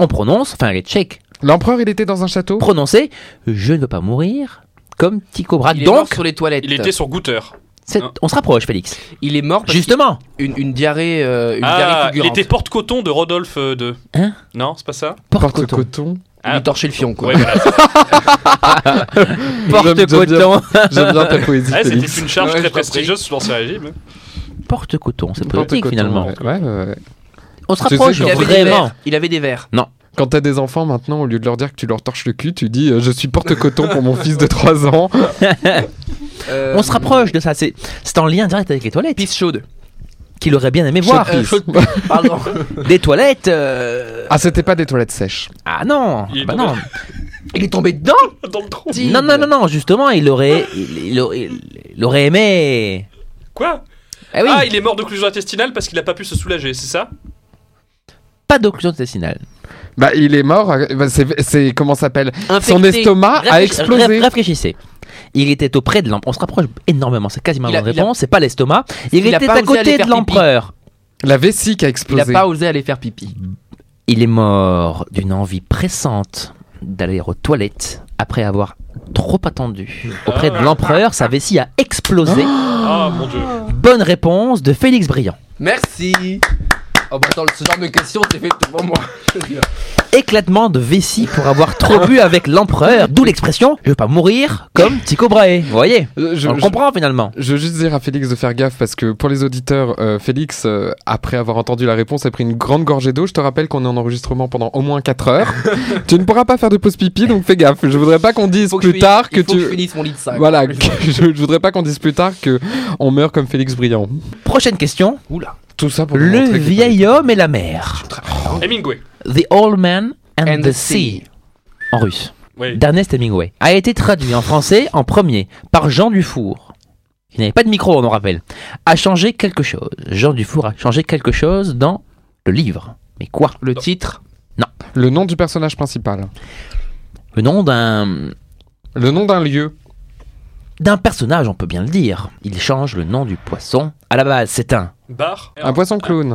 [SPEAKER 2] on prononce, enfin les Tchèques
[SPEAKER 3] L'empereur, il était dans un château
[SPEAKER 2] prononçaient « je ne veux pas mourir comme Tycho Brahe.
[SPEAKER 4] Il est mort
[SPEAKER 2] Donc,
[SPEAKER 4] sur les toilettes.
[SPEAKER 1] Il était sur goûteur.
[SPEAKER 2] c'est-
[SPEAKER 1] Non.
[SPEAKER 2] on se rapproche, Félix.
[SPEAKER 4] Il est mort parce
[SPEAKER 2] Justement.
[SPEAKER 4] qu'il- une, une diarrhée, euh, une diarrhée
[SPEAKER 1] Ah, il
[SPEAKER 4] fulgurante.
[SPEAKER 1] était porte-coton de Rodolphe euh, II.
[SPEAKER 2] Hein
[SPEAKER 1] Non, c'est pas ça
[SPEAKER 2] Porte-coton.
[SPEAKER 3] Porte-coton.
[SPEAKER 4] Il lui torchait le fion, quoi.
[SPEAKER 1] Ouais, voilà.
[SPEAKER 3] J'aime- j'aime
[SPEAKER 2] Porte-coton.
[SPEAKER 3] J'aime bien ta poésie,
[SPEAKER 1] Ouais, Ah, C'était
[SPEAKER 3] Félix.
[SPEAKER 1] une charge
[SPEAKER 4] Ouais, je
[SPEAKER 1] très
[SPEAKER 4] t'en prie.
[SPEAKER 1] prestigieuse dans ces régimes.
[SPEAKER 2] Porte-coton, c'est poétique
[SPEAKER 3] Porte-coton,
[SPEAKER 2] finalement.
[SPEAKER 3] ouais, ouais, ouais.
[SPEAKER 2] On se
[SPEAKER 3] Tu sais
[SPEAKER 2] rapproche
[SPEAKER 3] qu'il
[SPEAKER 4] Il avait, des
[SPEAKER 2] vraiment.
[SPEAKER 4] verres. il avait des verres.
[SPEAKER 3] Quand t'as des enfants, maintenant, au lieu de leur dire que tu leur torches le cul, tu dis euh, Je suis porte-coton pour mon fils de 3 [laughs] ans.
[SPEAKER 4] Euh,
[SPEAKER 2] On se rapproche de ça. C'est c'est en lien direct avec les toilettes.
[SPEAKER 4] Pisse chaude.
[SPEAKER 2] Qu'il aurait bien aimé voir.
[SPEAKER 4] Euh, chaude- Pardon.
[SPEAKER 2] [laughs] Des toilettes. euh,
[SPEAKER 3] Ah, c'était pas des toilettes sèches.
[SPEAKER 2] Ah non.
[SPEAKER 1] Il est
[SPEAKER 2] bah
[SPEAKER 1] tombé.
[SPEAKER 2] non.
[SPEAKER 4] Il est tombé dedans
[SPEAKER 1] Dans le trou.
[SPEAKER 2] non. Non, non, non. Justement, il aurait, il, il aurait, il aurait aimé.
[SPEAKER 1] Quoi
[SPEAKER 2] Eh oui,
[SPEAKER 1] Ah, il est mort d'occlusion intestinale parce qu'il a pas pu se soulager, c'est ça
[SPEAKER 2] pas d'occlusion intestinale.
[SPEAKER 3] Bah, il est mort. euh, bah, c'est- c'est. Comment ça s'appelle Son
[SPEAKER 4] Infecté.
[SPEAKER 1] Ah,
[SPEAKER 3] estomac a
[SPEAKER 2] Réfléch-
[SPEAKER 3] explosé.
[SPEAKER 2] ré- Réfléchissez. Il était auprès de l'empereur. On se rapproche énormément. C'est quasiment
[SPEAKER 4] Il
[SPEAKER 2] la
[SPEAKER 4] a-
[SPEAKER 2] bonne
[SPEAKER 4] il a-
[SPEAKER 2] réponse. C'est pas l'estomac. Il,
[SPEAKER 4] Il a
[SPEAKER 2] était à
[SPEAKER 4] pas osé aller
[SPEAKER 2] côté
[SPEAKER 4] faire
[SPEAKER 2] de
[SPEAKER 4] pipi.
[SPEAKER 2] l'empereur.
[SPEAKER 3] La vessie qui a
[SPEAKER 4] Il a
[SPEAKER 3] explosé.
[SPEAKER 4] pas osé aller faire pipi.
[SPEAKER 2] Il est mort d'une envie pressante d'aller aux toilettes après avoir trop attendu. Auprès de l'empereur, sa vessie a explosé.
[SPEAKER 1] Ah, mon dieu.
[SPEAKER 2] Bonne réponse de Félix Briand.
[SPEAKER 4] Merci. Oh bah attends, ce genre de question, c'est fait pour moi.
[SPEAKER 2] Éclatement de vessie pour avoir trop bu avec l'empereur, d'où l'expression je veux pas mourir comme Tycho Brahe. Vous voyez
[SPEAKER 3] Euh, je-
[SPEAKER 2] On le
[SPEAKER 3] je-
[SPEAKER 2] comprend finalement.
[SPEAKER 3] Je veux juste dire à Félix de faire gaffe parce que pour les auditeurs, euh, Félix, euh, après avoir entendu la réponse, a pris une grande gorgée d'eau. Je te rappelle qu'on est en enregistrement pendant au moins 4 heures. tu ne pourras pas faire de pause pipi, donc fais gaffe. Je voudrais pas qu'on dise
[SPEAKER 4] Faut que
[SPEAKER 3] plus
[SPEAKER 4] je finisse-
[SPEAKER 3] tard que
[SPEAKER 4] il faut
[SPEAKER 3] tu.
[SPEAKER 4] je finisse mon lit de sac.
[SPEAKER 3] voilà, que [laughs] je, je voudrais pas qu'on dise plus tard que on meurt comme Félix Briand.
[SPEAKER 2] Prochaine question.
[SPEAKER 4] Oula.
[SPEAKER 3] Tout ça pour vous
[SPEAKER 2] Le
[SPEAKER 3] montrer que-
[SPEAKER 2] vieil homme et la mer.
[SPEAKER 1] Hemingway.
[SPEAKER 2] The Old Man and,
[SPEAKER 4] And
[SPEAKER 2] the
[SPEAKER 4] the
[SPEAKER 2] Sea.
[SPEAKER 4] sea.
[SPEAKER 2] En russe.
[SPEAKER 1] Oui.
[SPEAKER 2] d'Ernest Hemingway a été traduit en français en premier par Jean Dufour. Il n'avait pas de micro, on en rappelle. A changé quelque chose. Jean Dufour a changé quelque chose dans Le livre. Mais quoi
[SPEAKER 4] Le titre
[SPEAKER 3] Le nom du personnage principal.
[SPEAKER 2] Le nom d'un
[SPEAKER 3] Le nom d'un lieu.
[SPEAKER 2] d'un personnage, on peut bien le dire. Il change le nom du poisson. À la base, c'est un.
[SPEAKER 1] Bar.
[SPEAKER 3] Un poisson clown.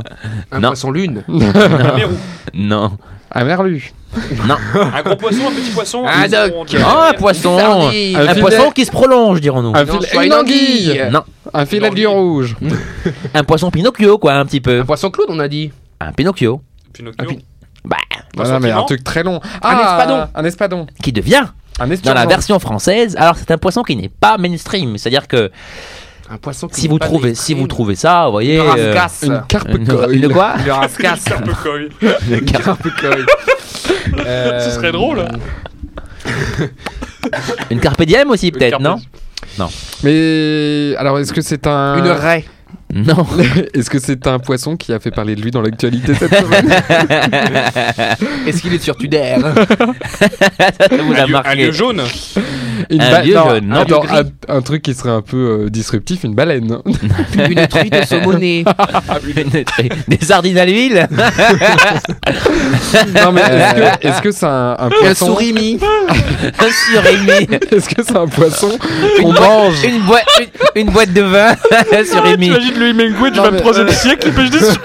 [SPEAKER 4] Un
[SPEAKER 2] Non.
[SPEAKER 4] poisson lune.
[SPEAKER 1] Un mérou.
[SPEAKER 2] Non.
[SPEAKER 3] Un merlu.
[SPEAKER 1] Un gros poisson, un petit poisson.
[SPEAKER 4] Un doc.
[SPEAKER 1] on dirait-
[SPEAKER 2] Ah, un poisson.
[SPEAKER 4] Sardine.
[SPEAKER 2] Un
[SPEAKER 3] filet.
[SPEAKER 2] poisson qui se prolonge, dirons-nous.
[SPEAKER 3] Un
[SPEAKER 4] Non,
[SPEAKER 3] filet-
[SPEAKER 4] soit
[SPEAKER 3] une
[SPEAKER 4] une
[SPEAKER 3] anguille.
[SPEAKER 4] anguille.
[SPEAKER 2] Non,
[SPEAKER 3] Un filet de lion rouge.
[SPEAKER 2] un poisson Pinocchio, quoi, un petit peu.
[SPEAKER 4] Un poisson Claude, on a dit.
[SPEAKER 2] Un Pinocchio
[SPEAKER 1] Pinocchio.
[SPEAKER 3] Ah, puis-
[SPEAKER 2] bah,
[SPEAKER 3] Voilà, mais un
[SPEAKER 1] sentiment.
[SPEAKER 3] truc très long. Ah,
[SPEAKER 4] espadon.
[SPEAKER 3] Un espadon.
[SPEAKER 2] qui devient,
[SPEAKER 3] Un
[SPEAKER 2] dans
[SPEAKER 3] esturgeon.
[SPEAKER 2] la version française, alors c'est un poisson qui n'est pas mainstream. C'est-à-dire que
[SPEAKER 4] Un poisson qui
[SPEAKER 2] si
[SPEAKER 4] n'est
[SPEAKER 2] vous,
[SPEAKER 4] pas
[SPEAKER 2] trouvez, si
[SPEAKER 4] mainstream.
[SPEAKER 2] vous trouvez ça, vous voyez.
[SPEAKER 4] Le
[SPEAKER 2] euh,
[SPEAKER 4] rascasse.
[SPEAKER 3] Une carpe
[SPEAKER 2] une,
[SPEAKER 3] colle.
[SPEAKER 2] une quoi
[SPEAKER 4] Le rascasse.
[SPEAKER 1] [laughs] Un peu coï.
[SPEAKER 2] [laughs]
[SPEAKER 3] [laughs]
[SPEAKER 2] Une carpe-
[SPEAKER 3] Euh,
[SPEAKER 1] Ce serait drôle.
[SPEAKER 2] Une carpe diem aussi, peut-être,
[SPEAKER 1] carpe-
[SPEAKER 2] non
[SPEAKER 3] Mais alors, est-ce que c'est un.
[SPEAKER 4] Une raie.
[SPEAKER 2] [laughs] Non.
[SPEAKER 3] [laughs] Est-ce que c'est un poisson qui a fait parler de lui dans l'actualité cette semaine
[SPEAKER 4] [laughs] Est-ce qu'il est sur Tuder
[SPEAKER 2] Ça vous
[SPEAKER 1] Un
[SPEAKER 2] a
[SPEAKER 1] lieu- un
[SPEAKER 2] marqué.
[SPEAKER 1] lieu
[SPEAKER 2] [laughs]
[SPEAKER 1] jaune.
[SPEAKER 3] Une
[SPEAKER 2] Un
[SPEAKER 3] ba-
[SPEAKER 2] lieu
[SPEAKER 3] non,
[SPEAKER 2] jaune, non.
[SPEAKER 3] attends,
[SPEAKER 4] Un
[SPEAKER 3] un, un truc qui serait un peu euh, disruptif, une baleine.
[SPEAKER 4] [laughs] Une truite saumonée.
[SPEAKER 2] Des sardines à l'huile
[SPEAKER 3] [laughs]
[SPEAKER 2] [laughs]
[SPEAKER 3] non mais est-ce que- est-ce que c'est un, un
[SPEAKER 4] Un
[SPEAKER 3] poisson
[SPEAKER 4] sourimi.
[SPEAKER 2] Un surimi
[SPEAKER 3] [laughs] Est-ce que c'est un poisson
[SPEAKER 2] Une,
[SPEAKER 3] qu'on
[SPEAKER 2] boîte-
[SPEAKER 3] mange
[SPEAKER 2] une, boîte- une- une boîte de [laughs] vin Un surimi
[SPEAKER 1] T'imagines le Hemingway du
[SPEAKER 3] Non, mais-
[SPEAKER 1] 23e siècle, il pêche des
[SPEAKER 3] Est-ce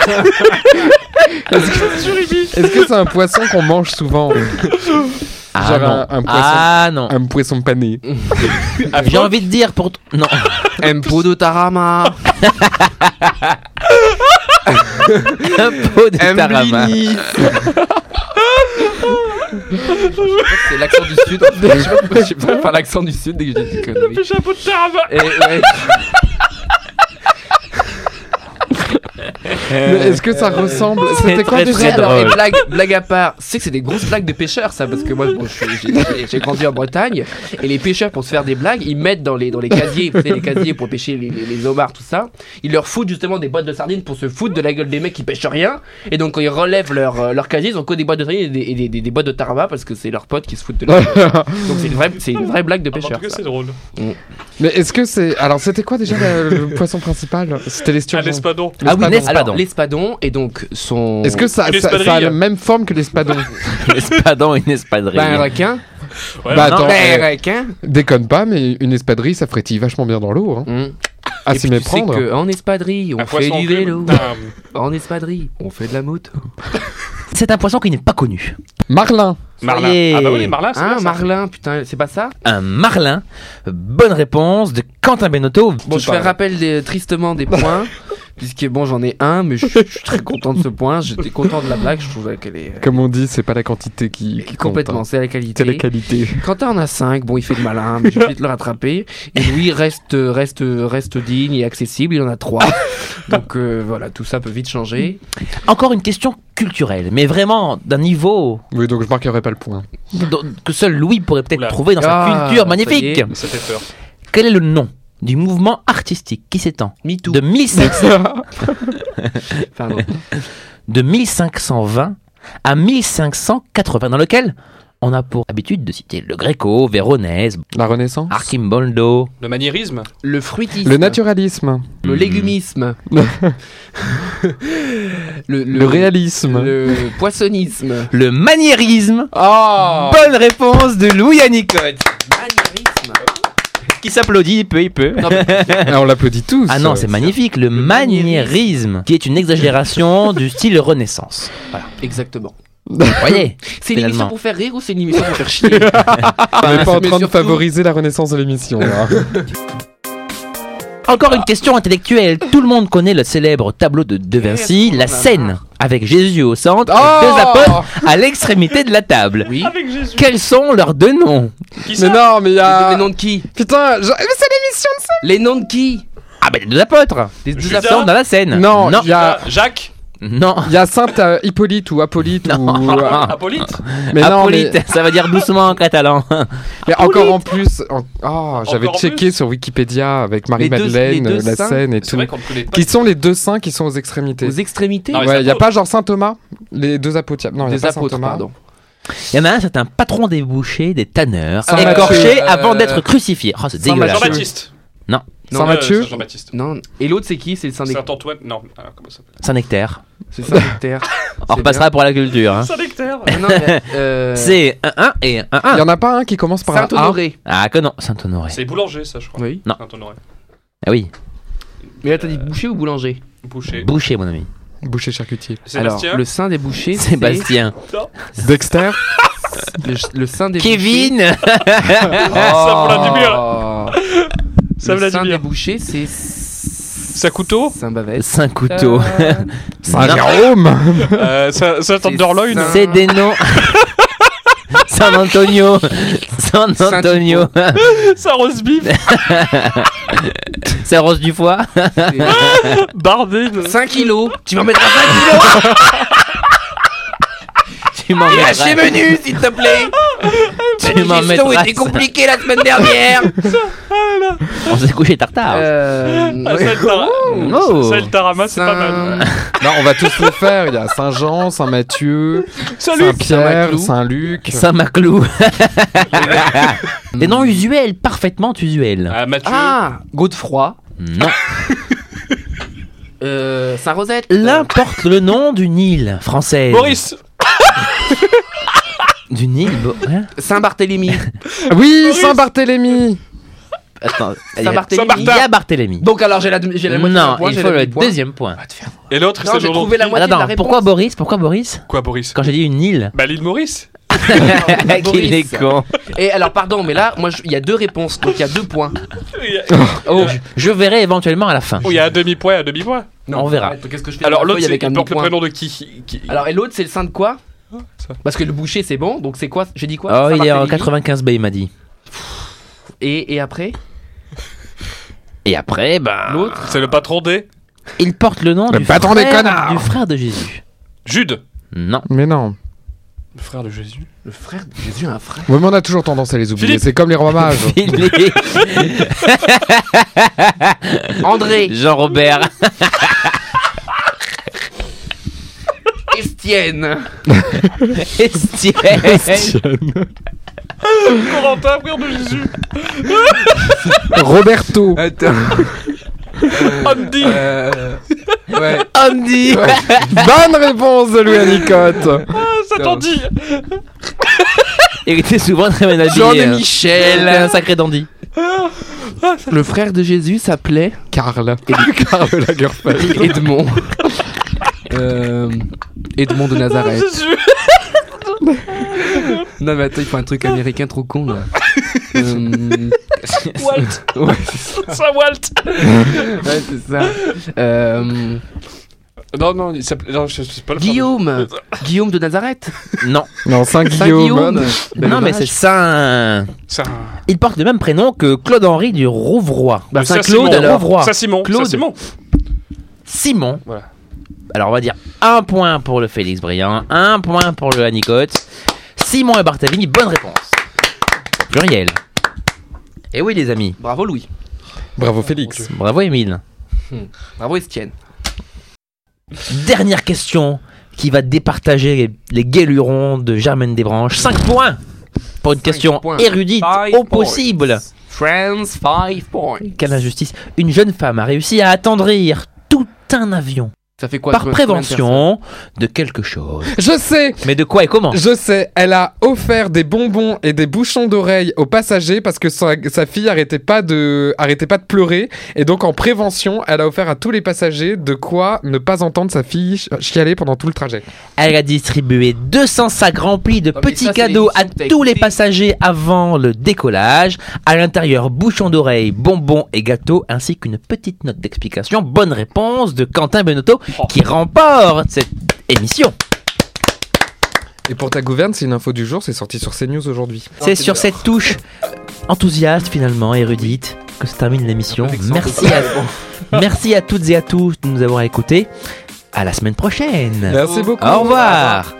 [SPEAKER 3] que c'est un poisson qu'on mange souvent
[SPEAKER 2] Ah
[SPEAKER 3] Genre
[SPEAKER 2] non.
[SPEAKER 3] un- un poisson.
[SPEAKER 2] ah non
[SPEAKER 3] Un poisson pané.
[SPEAKER 2] J'ai envie de dire pour... t- Non [laughs]
[SPEAKER 4] Un pot de tarama.
[SPEAKER 2] Un pot de
[SPEAKER 4] Un
[SPEAKER 2] tarama
[SPEAKER 4] blini. [laughs] C'est l'accent du [laughs] sud. Je sais pas pourquoi je sais pas faire l'accent du sud dès que
[SPEAKER 1] [laughs]
[SPEAKER 4] j'ai dit conneries.
[SPEAKER 1] pêche un peu de tarama.
[SPEAKER 4] Et, ouais.
[SPEAKER 3] Mais Euh, Est-ce que ça ressemble
[SPEAKER 2] c'est
[SPEAKER 3] C'était quoi
[SPEAKER 2] très,
[SPEAKER 3] déjà
[SPEAKER 4] [laughs]
[SPEAKER 2] très
[SPEAKER 4] Alors,
[SPEAKER 2] drôle.
[SPEAKER 4] et blague, blague à part, c'est que c'est des grosses blagues de pêcheurs, ça, parce que moi, bon, je suis- j'ai- j'ai grandi en Bretagne, et les pêcheurs, pour se faire des blagues, ils mettent dans les, dans les casiers, vous savez, les casiers pour pêcher les, les- les homards, tout ça, ils leur foutent justement des boîtes de sardines pour se foutre de la gueule des mecs qui pêchent rien, et donc quand ils relèvent leur, euh, leur casier, ils ont que des boîtes de sardines et des, et des- des- des boîtes de tarama, parce que c'est leurs potes qui se foutent de la gueule. Donc c'est une vraie, c'est une vraie blague de
[SPEAKER 1] Ah, bah, En
[SPEAKER 4] pêcheur.
[SPEAKER 1] tout cas,
[SPEAKER 4] ça.
[SPEAKER 1] c'est drôle.
[SPEAKER 3] [laughs] Mais est-ce que c'est alors c'était quoi déjà le, le poisson principal C'était
[SPEAKER 1] Un
[SPEAKER 3] l'esturgeon.
[SPEAKER 1] espadon.
[SPEAKER 2] Ah oui,
[SPEAKER 4] Alors,
[SPEAKER 2] l'espadon
[SPEAKER 4] l'espadon, et donc son.
[SPEAKER 3] Est-ce que ça,
[SPEAKER 1] Une
[SPEAKER 3] ça, ça a
[SPEAKER 1] espadrille.
[SPEAKER 3] la même forme que
[SPEAKER 4] [laughs]
[SPEAKER 3] l'espadon
[SPEAKER 2] L'espadon, une espadrille
[SPEAKER 4] Ben, un requin.
[SPEAKER 1] Ouais,
[SPEAKER 3] Bah
[SPEAKER 2] non.
[SPEAKER 3] attends,
[SPEAKER 4] Ben,
[SPEAKER 3] euh,
[SPEAKER 4] un requin.
[SPEAKER 3] déconne pas, mais une espadrille ça frétille vachement bien dans l'eau. Hein.
[SPEAKER 4] Hum.
[SPEAKER 3] À
[SPEAKER 4] Et
[SPEAKER 3] s'y
[SPEAKER 4] puis tu sais
[SPEAKER 3] méprendre.
[SPEAKER 4] que en espadrille, on
[SPEAKER 1] un
[SPEAKER 4] fait
[SPEAKER 1] poisson Ah.
[SPEAKER 4] du
[SPEAKER 1] clé.
[SPEAKER 4] vélo.
[SPEAKER 1] Putain,
[SPEAKER 4] En espadrille, on fait de la moto.
[SPEAKER 2] C'est un poisson qui n'est pas connu.
[SPEAKER 3] Marlin.
[SPEAKER 1] Marlin.
[SPEAKER 2] Soyez-
[SPEAKER 1] Ah bah oui, les marlins, c'est
[SPEAKER 4] Hein,
[SPEAKER 1] bien, ça.
[SPEAKER 4] Marlin, putain, c'est pas ça
[SPEAKER 2] Un marlin. Bonne réponse de Quentin Benotto.
[SPEAKER 4] Bon, je fais un rappel des- tristement
[SPEAKER 3] [laughs]
[SPEAKER 4] des points, puisque bon, j'en ai un, mais je je suis très content de ce point. J'étais content de la blague, je trouvais qu'elle est,
[SPEAKER 3] Comme on dit, c'est pas la quantité qui,
[SPEAKER 4] qui
[SPEAKER 3] qui
[SPEAKER 4] est
[SPEAKER 3] compte,
[SPEAKER 4] complètement,
[SPEAKER 3] hein.
[SPEAKER 4] c'est la
[SPEAKER 3] C'est
[SPEAKER 4] qualité.
[SPEAKER 3] la qualité.
[SPEAKER 4] Quentin en a 5, bon, il fait le malin, mais je vais te le rattraper. Et Louis reste, reste, reste digne et accessible, il en a 3.
[SPEAKER 3] [laughs]
[SPEAKER 4] Donc euh, voilà, tout ça peut vite changer.
[SPEAKER 2] Encore une question culturelle, mais vraiment d'un niveau
[SPEAKER 3] Oui, donc je marquerai pas le point. [laughs]
[SPEAKER 2] dont- que seul Louis pourrait peut-être
[SPEAKER 1] Oula.
[SPEAKER 2] trouver dans
[SPEAKER 4] Ah,
[SPEAKER 2] sa culture
[SPEAKER 4] ça y
[SPEAKER 2] magnifique.
[SPEAKER 4] est.
[SPEAKER 1] Ça fait peur.
[SPEAKER 2] Quel est le nom du mouvement artistique qui s'étend
[SPEAKER 4] Me too.
[SPEAKER 2] de, 1500
[SPEAKER 4] Pardon.
[SPEAKER 2] de 1520 à 1580, dans lequel on a pour habitude de citer le Gréco, Véronèse,
[SPEAKER 3] La Renaissance.
[SPEAKER 2] Archimboldo.
[SPEAKER 1] Le maniérisme.
[SPEAKER 4] Le fruitisme.
[SPEAKER 3] Le naturalisme. [laughs]
[SPEAKER 4] Le légumisme. le,
[SPEAKER 3] Le, réalisme.
[SPEAKER 4] Le poissonnisme.
[SPEAKER 2] Le maniérisme.
[SPEAKER 3] Oh
[SPEAKER 2] Bonne réponse de Louis Anicotte. Qui s'applaudit, il peut, il peut.
[SPEAKER 3] Ah, On l'applaudit tous.
[SPEAKER 2] Ah non, c'est magnifique, le maniérisme, qui est une exagération du style Renaissance.
[SPEAKER 4] Exactement.
[SPEAKER 2] Vous voyez
[SPEAKER 4] C'est une émission
[SPEAKER 2] Finalement.
[SPEAKER 4] pour faire rire ou c'est une émission pour
[SPEAKER 3] [laughs]
[SPEAKER 4] faire chier
[SPEAKER 3] On n'est pas en
[SPEAKER 4] Mais
[SPEAKER 3] train de
[SPEAKER 4] surtout-
[SPEAKER 3] favoriser la Renaissance de l'émission.
[SPEAKER 4] [laughs]
[SPEAKER 3] là. Oh
[SPEAKER 2] Encore une question intellectuelle. Tout le monde connaît le célèbre tableau de De Vinci, la scène, avec Jésus au centre
[SPEAKER 3] Oh
[SPEAKER 2] et deux apôtres à l'extrémité de la table.
[SPEAKER 4] Oui.
[SPEAKER 1] Avec Jésus.
[SPEAKER 2] Quels sont leurs deux noms
[SPEAKER 1] Qui
[SPEAKER 3] mais
[SPEAKER 1] ça
[SPEAKER 3] non, mais il y a.
[SPEAKER 4] Les noms de qui
[SPEAKER 3] Putain, je- mais c'est l'émission de ça
[SPEAKER 4] Les noms de qui
[SPEAKER 2] Ah ben les deux apôtres Les deux
[SPEAKER 1] Judas
[SPEAKER 2] apôtres dans la scène
[SPEAKER 3] Non,
[SPEAKER 2] non,
[SPEAKER 3] il y a.
[SPEAKER 1] Ah, Jacques.
[SPEAKER 2] non.
[SPEAKER 3] Il y a Sainte euh, Hippolyte ou Hippolyte ou.
[SPEAKER 1] Ah,
[SPEAKER 3] euh,
[SPEAKER 1] Hippolyte.
[SPEAKER 4] [laughs]
[SPEAKER 3] Mais non, mais,
[SPEAKER 2] Apolite, ça veut dire doucement en catalan.
[SPEAKER 3] mais
[SPEAKER 4] Ah,
[SPEAKER 3] encore en plus. en- Ah, j'avais
[SPEAKER 1] Encore en
[SPEAKER 3] checké sur Wikipédia avec
[SPEAKER 4] Les
[SPEAKER 3] Marie-Madeleine,
[SPEAKER 4] deux- les
[SPEAKER 3] euh,
[SPEAKER 4] deux
[SPEAKER 3] la
[SPEAKER 4] saints.
[SPEAKER 3] scène et
[SPEAKER 1] C'est
[SPEAKER 3] tout.
[SPEAKER 1] vrai qu'on ne connaît pas.
[SPEAKER 3] Qui sont les deux saints qui sont aux extrémités
[SPEAKER 4] Aux extrémités
[SPEAKER 1] Ah,
[SPEAKER 3] Ouais,
[SPEAKER 1] les
[SPEAKER 3] Il n'y a
[SPEAKER 1] apôtres.
[SPEAKER 3] pas genre Saint Thomas Les deux apôtres. Non, il y a
[SPEAKER 4] Des
[SPEAKER 3] pas Saint
[SPEAKER 4] apôtres,
[SPEAKER 3] Thomas.
[SPEAKER 4] pardon.
[SPEAKER 2] Il y en a un, c'est un patron des bouchers, des tanneurs,
[SPEAKER 3] Saint
[SPEAKER 2] écorché
[SPEAKER 3] Matthieu,
[SPEAKER 2] avant
[SPEAKER 4] euh,
[SPEAKER 2] d'être crucifié. Oh, c'est
[SPEAKER 3] Saint
[SPEAKER 2] dégueulasse.
[SPEAKER 3] Matthieu.
[SPEAKER 1] Jean-Baptiste.
[SPEAKER 4] Non,
[SPEAKER 3] Saint-Mathieu
[SPEAKER 1] euh, Jean-Baptiste.
[SPEAKER 4] Non. Et l'autre, c'est qui C'est le syndic.
[SPEAKER 1] Saint-Antoine. Non, ah, comment ça s'appelle
[SPEAKER 2] Saint-Nectaire.
[SPEAKER 4] C'est
[SPEAKER 3] [laughs]
[SPEAKER 4] Saint-Nectaire.
[SPEAKER 2] On repassera pour la culture. hein.
[SPEAKER 1] Saint-Nectaire.
[SPEAKER 4] Non, non, mais, euh,
[SPEAKER 2] C'est un 1 et un 1.
[SPEAKER 3] Il y en a pas un qui commence par un A.
[SPEAKER 4] Saint-Honoré.
[SPEAKER 2] Ah que non, Saint-Honoré.
[SPEAKER 1] C'est boulanger, ça, je crois.
[SPEAKER 4] Oui.
[SPEAKER 2] Non.
[SPEAKER 1] Saint-Honoré.
[SPEAKER 2] Ah oui,
[SPEAKER 4] Mais là, t'as dit boucher ou boulanger
[SPEAKER 1] Boucher.
[SPEAKER 2] boucher mon ami.
[SPEAKER 3] Boucher
[SPEAKER 4] [laughs]
[SPEAKER 3] charcutier.
[SPEAKER 1] Sébastien.
[SPEAKER 4] Alors, le saint des bouchers, c'est
[SPEAKER 2] Sébastien.
[SPEAKER 3] Dexter
[SPEAKER 4] le, le saint des
[SPEAKER 2] Kevin
[SPEAKER 4] bouchers.
[SPEAKER 1] Ah, Ça me l'a dit
[SPEAKER 4] bien.
[SPEAKER 1] Ça me l'a
[SPEAKER 4] Ah. le
[SPEAKER 1] dit
[SPEAKER 4] saint
[SPEAKER 1] bien.
[SPEAKER 4] des bouchers, c'est
[SPEAKER 1] Saint couteau
[SPEAKER 4] Saint Bavette.
[SPEAKER 2] Saint couteau. [laughs]
[SPEAKER 4] Euh,
[SPEAKER 2] Non,
[SPEAKER 3] Saint-Jérôme [laughs]
[SPEAKER 1] euh, Saint- Saint-Anderloin.
[SPEAKER 4] Saint-
[SPEAKER 2] C'est des noms. [laughs] San Antonio. San
[SPEAKER 4] Saint
[SPEAKER 2] Antonio. [laughs]
[SPEAKER 1] [laughs] Saint-Rosebif.
[SPEAKER 2] C'est Rose du Foie.
[SPEAKER 4] c'est-
[SPEAKER 1] Ah.
[SPEAKER 4] [laughs]
[SPEAKER 1] Bardé.
[SPEAKER 4] 5 kilos. Tu m'en
[SPEAKER 2] [laughs]
[SPEAKER 4] mettras
[SPEAKER 2] [laughs] Tu m'en
[SPEAKER 4] pas
[SPEAKER 2] mettras.
[SPEAKER 4] chez menu, s'il te plaît.
[SPEAKER 2] [laughs] Tu m'en
[SPEAKER 4] La gestion
[SPEAKER 2] mettras.
[SPEAKER 4] était compliquée la semaine
[SPEAKER 2] [laughs]
[SPEAKER 4] dernière.
[SPEAKER 2] On s'est couché tartare.
[SPEAKER 4] Euh,
[SPEAKER 1] Ah,
[SPEAKER 4] ouais.
[SPEAKER 1] ça, le tara-
[SPEAKER 2] Oh.
[SPEAKER 1] ça, le tarama, c'est pas mal.
[SPEAKER 4] Saint-
[SPEAKER 3] Non, on va tous le faire. Il y a Saint-Jean, Saint-Mathieu,
[SPEAKER 1] Salut.
[SPEAKER 3] Saint-Pierre,
[SPEAKER 4] Saint-Maclou.
[SPEAKER 3] Saint-Luc.
[SPEAKER 4] [laughs]
[SPEAKER 2] Saint-Maclou. des noms usuels, parfaitement usuels.
[SPEAKER 1] Ah, Mathieu.
[SPEAKER 4] Ah, Godefroy.
[SPEAKER 2] Non.
[SPEAKER 4] Euh, Saint-Rosette.
[SPEAKER 2] L'un porte le nom d'une île française.
[SPEAKER 1] Maurice.
[SPEAKER 2] D'une île. Bo- hein
[SPEAKER 4] [laughs] Saint-Barthélemy.
[SPEAKER 3] Oui, Saint-Barthélemy
[SPEAKER 2] Attends, il y a- il y
[SPEAKER 4] Saint-Barthélemy.
[SPEAKER 2] a Barthélemy.
[SPEAKER 4] Donc alors j'ai la, j'ai la moitié d'un
[SPEAKER 2] Non,
[SPEAKER 4] point,
[SPEAKER 2] il
[SPEAKER 4] j'ai
[SPEAKER 2] faut
[SPEAKER 4] la
[SPEAKER 2] le
[SPEAKER 4] demi-point.
[SPEAKER 2] deuxième point.
[SPEAKER 4] Ah, tu fais-
[SPEAKER 1] Et l'autre,
[SPEAKER 4] Non,
[SPEAKER 1] c'est
[SPEAKER 4] j'ai
[SPEAKER 1] Jojo.
[SPEAKER 4] trouvé la moitié de la
[SPEAKER 2] Attends,
[SPEAKER 4] réponse.
[SPEAKER 2] pourquoi Boris Pourquoi Boris
[SPEAKER 1] Quoi, Boris
[SPEAKER 2] Quand j'ai dit une
[SPEAKER 1] [laughs]
[SPEAKER 2] île.
[SPEAKER 1] Bah, l'île Maurice.
[SPEAKER 4] [laughs]
[SPEAKER 2] [laughs] Qu'il est con.
[SPEAKER 4] Et alors pardon, mais là, moi, je- il y a deux réponses, donc il y a deux points.
[SPEAKER 1] Il y a-
[SPEAKER 2] Oh, je- je verrai éventuellement à la fin.
[SPEAKER 1] Oh, il y a un demi-point, un demi-point.
[SPEAKER 2] On verra.
[SPEAKER 4] arrête, Qu'est-ce que je fais
[SPEAKER 1] Alors,
[SPEAKER 4] dans la
[SPEAKER 1] l'autre,
[SPEAKER 4] feuille
[SPEAKER 1] c'est
[SPEAKER 4] avec un
[SPEAKER 1] il porte le
[SPEAKER 4] demi-point
[SPEAKER 1] prénom de qui, qui-
[SPEAKER 4] Alors et l'autre, c'est le sein de quoi
[SPEAKER 1] ça.
[SPEAKER 4] Parce que le boucher, c'est bon. Donc c'est quoi J'ai dit quoi
[SPEAKER 2] Oh, il est en
[SPEAKER 4] Saint-Barthélemy.
[SPEAKER 2] 95B, il m'a dit.
[SPEAKER 4] Et, et après
[SPEAKER 2] Et après, ben.
[SPEAKER 4] L'autre
[SPEAKER 1] Bah, C'est le patron des
[SPEAKER 2] Il porte le nom
[SPEAKER 3] Le
[SPEAKER 2] du
[SPEAKER 3] patron des
[SPEAKER 2] frère,
[SPEAKER 3] connards.
[SPEAKER 2] du frère de Jésus.
[SPEAKER 1] Jude.
[SPEAKER 2] Non.
[SPEAKER 3] Mais non.
[SPEAKER 1] Le frère de Jésus.
[SPEAKER 4] Le frère de Jésus, a un frère.
[SPEAKER 3] Ouais, mais on a toujours tendance à les oublier.
[SPEAKER 1] Philippe.
[SPEAKER 3] C'est comme les rois
[SPEAKER 4] [laughs]
[SPEAKER 3] mages.
[SPEAKER 2] Philippe,
[SPEAKER 4] André,
[SPEAKER 2] Jean-Robert,
[SPEAKER 4] Estienne.
[SPEAKER 2] Estienne,
[SPEAKER 1] Corentin, frère de [laughs] Jésus.
[SPEAKER 3] Roberto
[SPEAKER 4] [laughs] Attends.
[SPEAKER 1] Andy.
[SPEAKER 4] euh, ouais.
[SPEAKER 2] Andy.
[SPEAKER 3] Bonne réponse de Louis Nicotte
[SPEAKER 1] Ah, ça t'en dit.
[SPEAKER 2] Il était souvent très mal habillé.
[SPEAKER 4] Jean de
[SPEAKER 2] hein.
[SPEAKER 4] Michel.
[SPEAKER 2] C'était un sacré dandy.
[SPEAKER 4] Le frère de Jésus s'appelait
[SPEAKER 3] Karl. [laughs] Karl Lagerfeld.
[SPEAKER 4] [laughs] Edmond. Euh, Edmond de Nazareth.
[SPEAKER 1] Jésus.
[SPEAKER 4] [laughs] Non mais attends, il faut un truc américain trop con [laughs] là. Euh,
[SPEAKER 1] Walt.
[SPEAKER 4] ouais,
[SPEAKER 1] Saint Walt.
[SPEAKER 4] ouais, c'est ça. Euh,
[SPEAKER 1] Non, non, il s'appelle. Non, je- c'est pas le frère de-
[SPEAKER 4] Guillaume, Guillaume de Nazareth.
[SPEAKER 2] Non.
[SPEAKER 3] Non,
[SPEAKER 4] Saint Guillaume.
[SPEAKER 3] Saint-Guillaume.
[SPEAKER 4] Bah,
[SPEAKER 2] non, mais
[SPEAKER 4] dommage.
[SPEAKER 2] c'est Saint.
[SPEAKER 1] Saint.
[SPEAKER 2] Il porte le même prénom que Claude-Henri du Rouvroy.
[SPEAKER 4] Bah,
[SPEAKER 1] Le
[SPEAKER 4] Saint-Claude,
[SPEAKER 1] Saint-Simon.
[SPEAKER 4] alors.
[SPEAKER 2] Rouvroy.
[SPEAKER 1] Saint Simon.
[SPEAKER 4] Claude.
[SPEAKER 1] Saint Simon.
[SPEAKER 2] Simon.
[SPEAKER 1] Voilà.
[SPEAKER 2] Alors on va dire un point pour le Félix Briand, un point pour le Anicote. Simon et Barthélemy, bonne réponse. Pluriel. Et oui les amis.
[SPEAKER 4] Bravo Louis.
[SPEAKER 3] Bravo Félix.
[SPEAKER 2] Bravo Émile.
[SPEAKER 4] Bravo Estienne.
[SPEAKER 2] Dernière question qui va départager les, les guélurons de Germaine Desbranches. 5 points pour une question
[SPEAKER 4] points.
[SPEAKER 2] érudite
[SPEAKER 4] Five
[SPEAKER 2] au possible.
[SPEAKER 4] points. Friends, five points.
[SPEAKER 2] Quelle injustice. Une jeune femme a réussi à attendrir tout un avion
[SPEAKER 4] Ça fait quoi
[SPEAKER 2] par
[SPEAKER 4] combien de personnes
[SPEAKER 2] prévention de quelque chose.
[SPEAKER 3] Je sais,
[SPEAKER 2] Mais de quoi et comment
[SPEAKER 3] je sais, elle a offert des bonbons et des bouchons d'oreilles aux passagers parce que sa, sa fille arrêtait pas, de, arrêtait pas de pleurer. Et donc, en prévention, elle a offert à tous les passagers de quoi ne pas entendre sa fille ch- chialer pendant tout le trajet.
[SPEAKER 2] Elle a distribué 200 sacs remplis de
[SPEAKER 4] mais
[SPEAKER 2] petits
[SPEAKER 4] ça, c'est
[SPEAKER 2] cadeaux
[SPEAKER 4] l'émission
[SPEAKER 2] à
[SPEAKER 4] que t'as
[SPEAKER 2] tous les
[SPEAKER 4] écoutée.
[SPEAKER 2] passagers avant le décollage. À l'intérieur, bouchons d'oreilles, bonbons et gâteaux, ainsi qu'une petite note d'explication. Bonne réponse de Quentin Benotto
[SPEAKER 4] Oh.
[SPEAKER 2] qui remporte cette émission.
[SPEAKER 3] Et pour ta gouverne, c'est une info du jour, c'est sorti sur CNews aujourd'hui.
[SPEAKER 2] C'est sur cette touche enthousiaste finalement, érudite, que se termine l'émission. Merci à, merci à toutes et à tous de nous avoir écoutés. À la semaine prochaine.
[SPEAKER 3] Merci beaucoup.
[SPEAKER 2] Ah. Au revoir.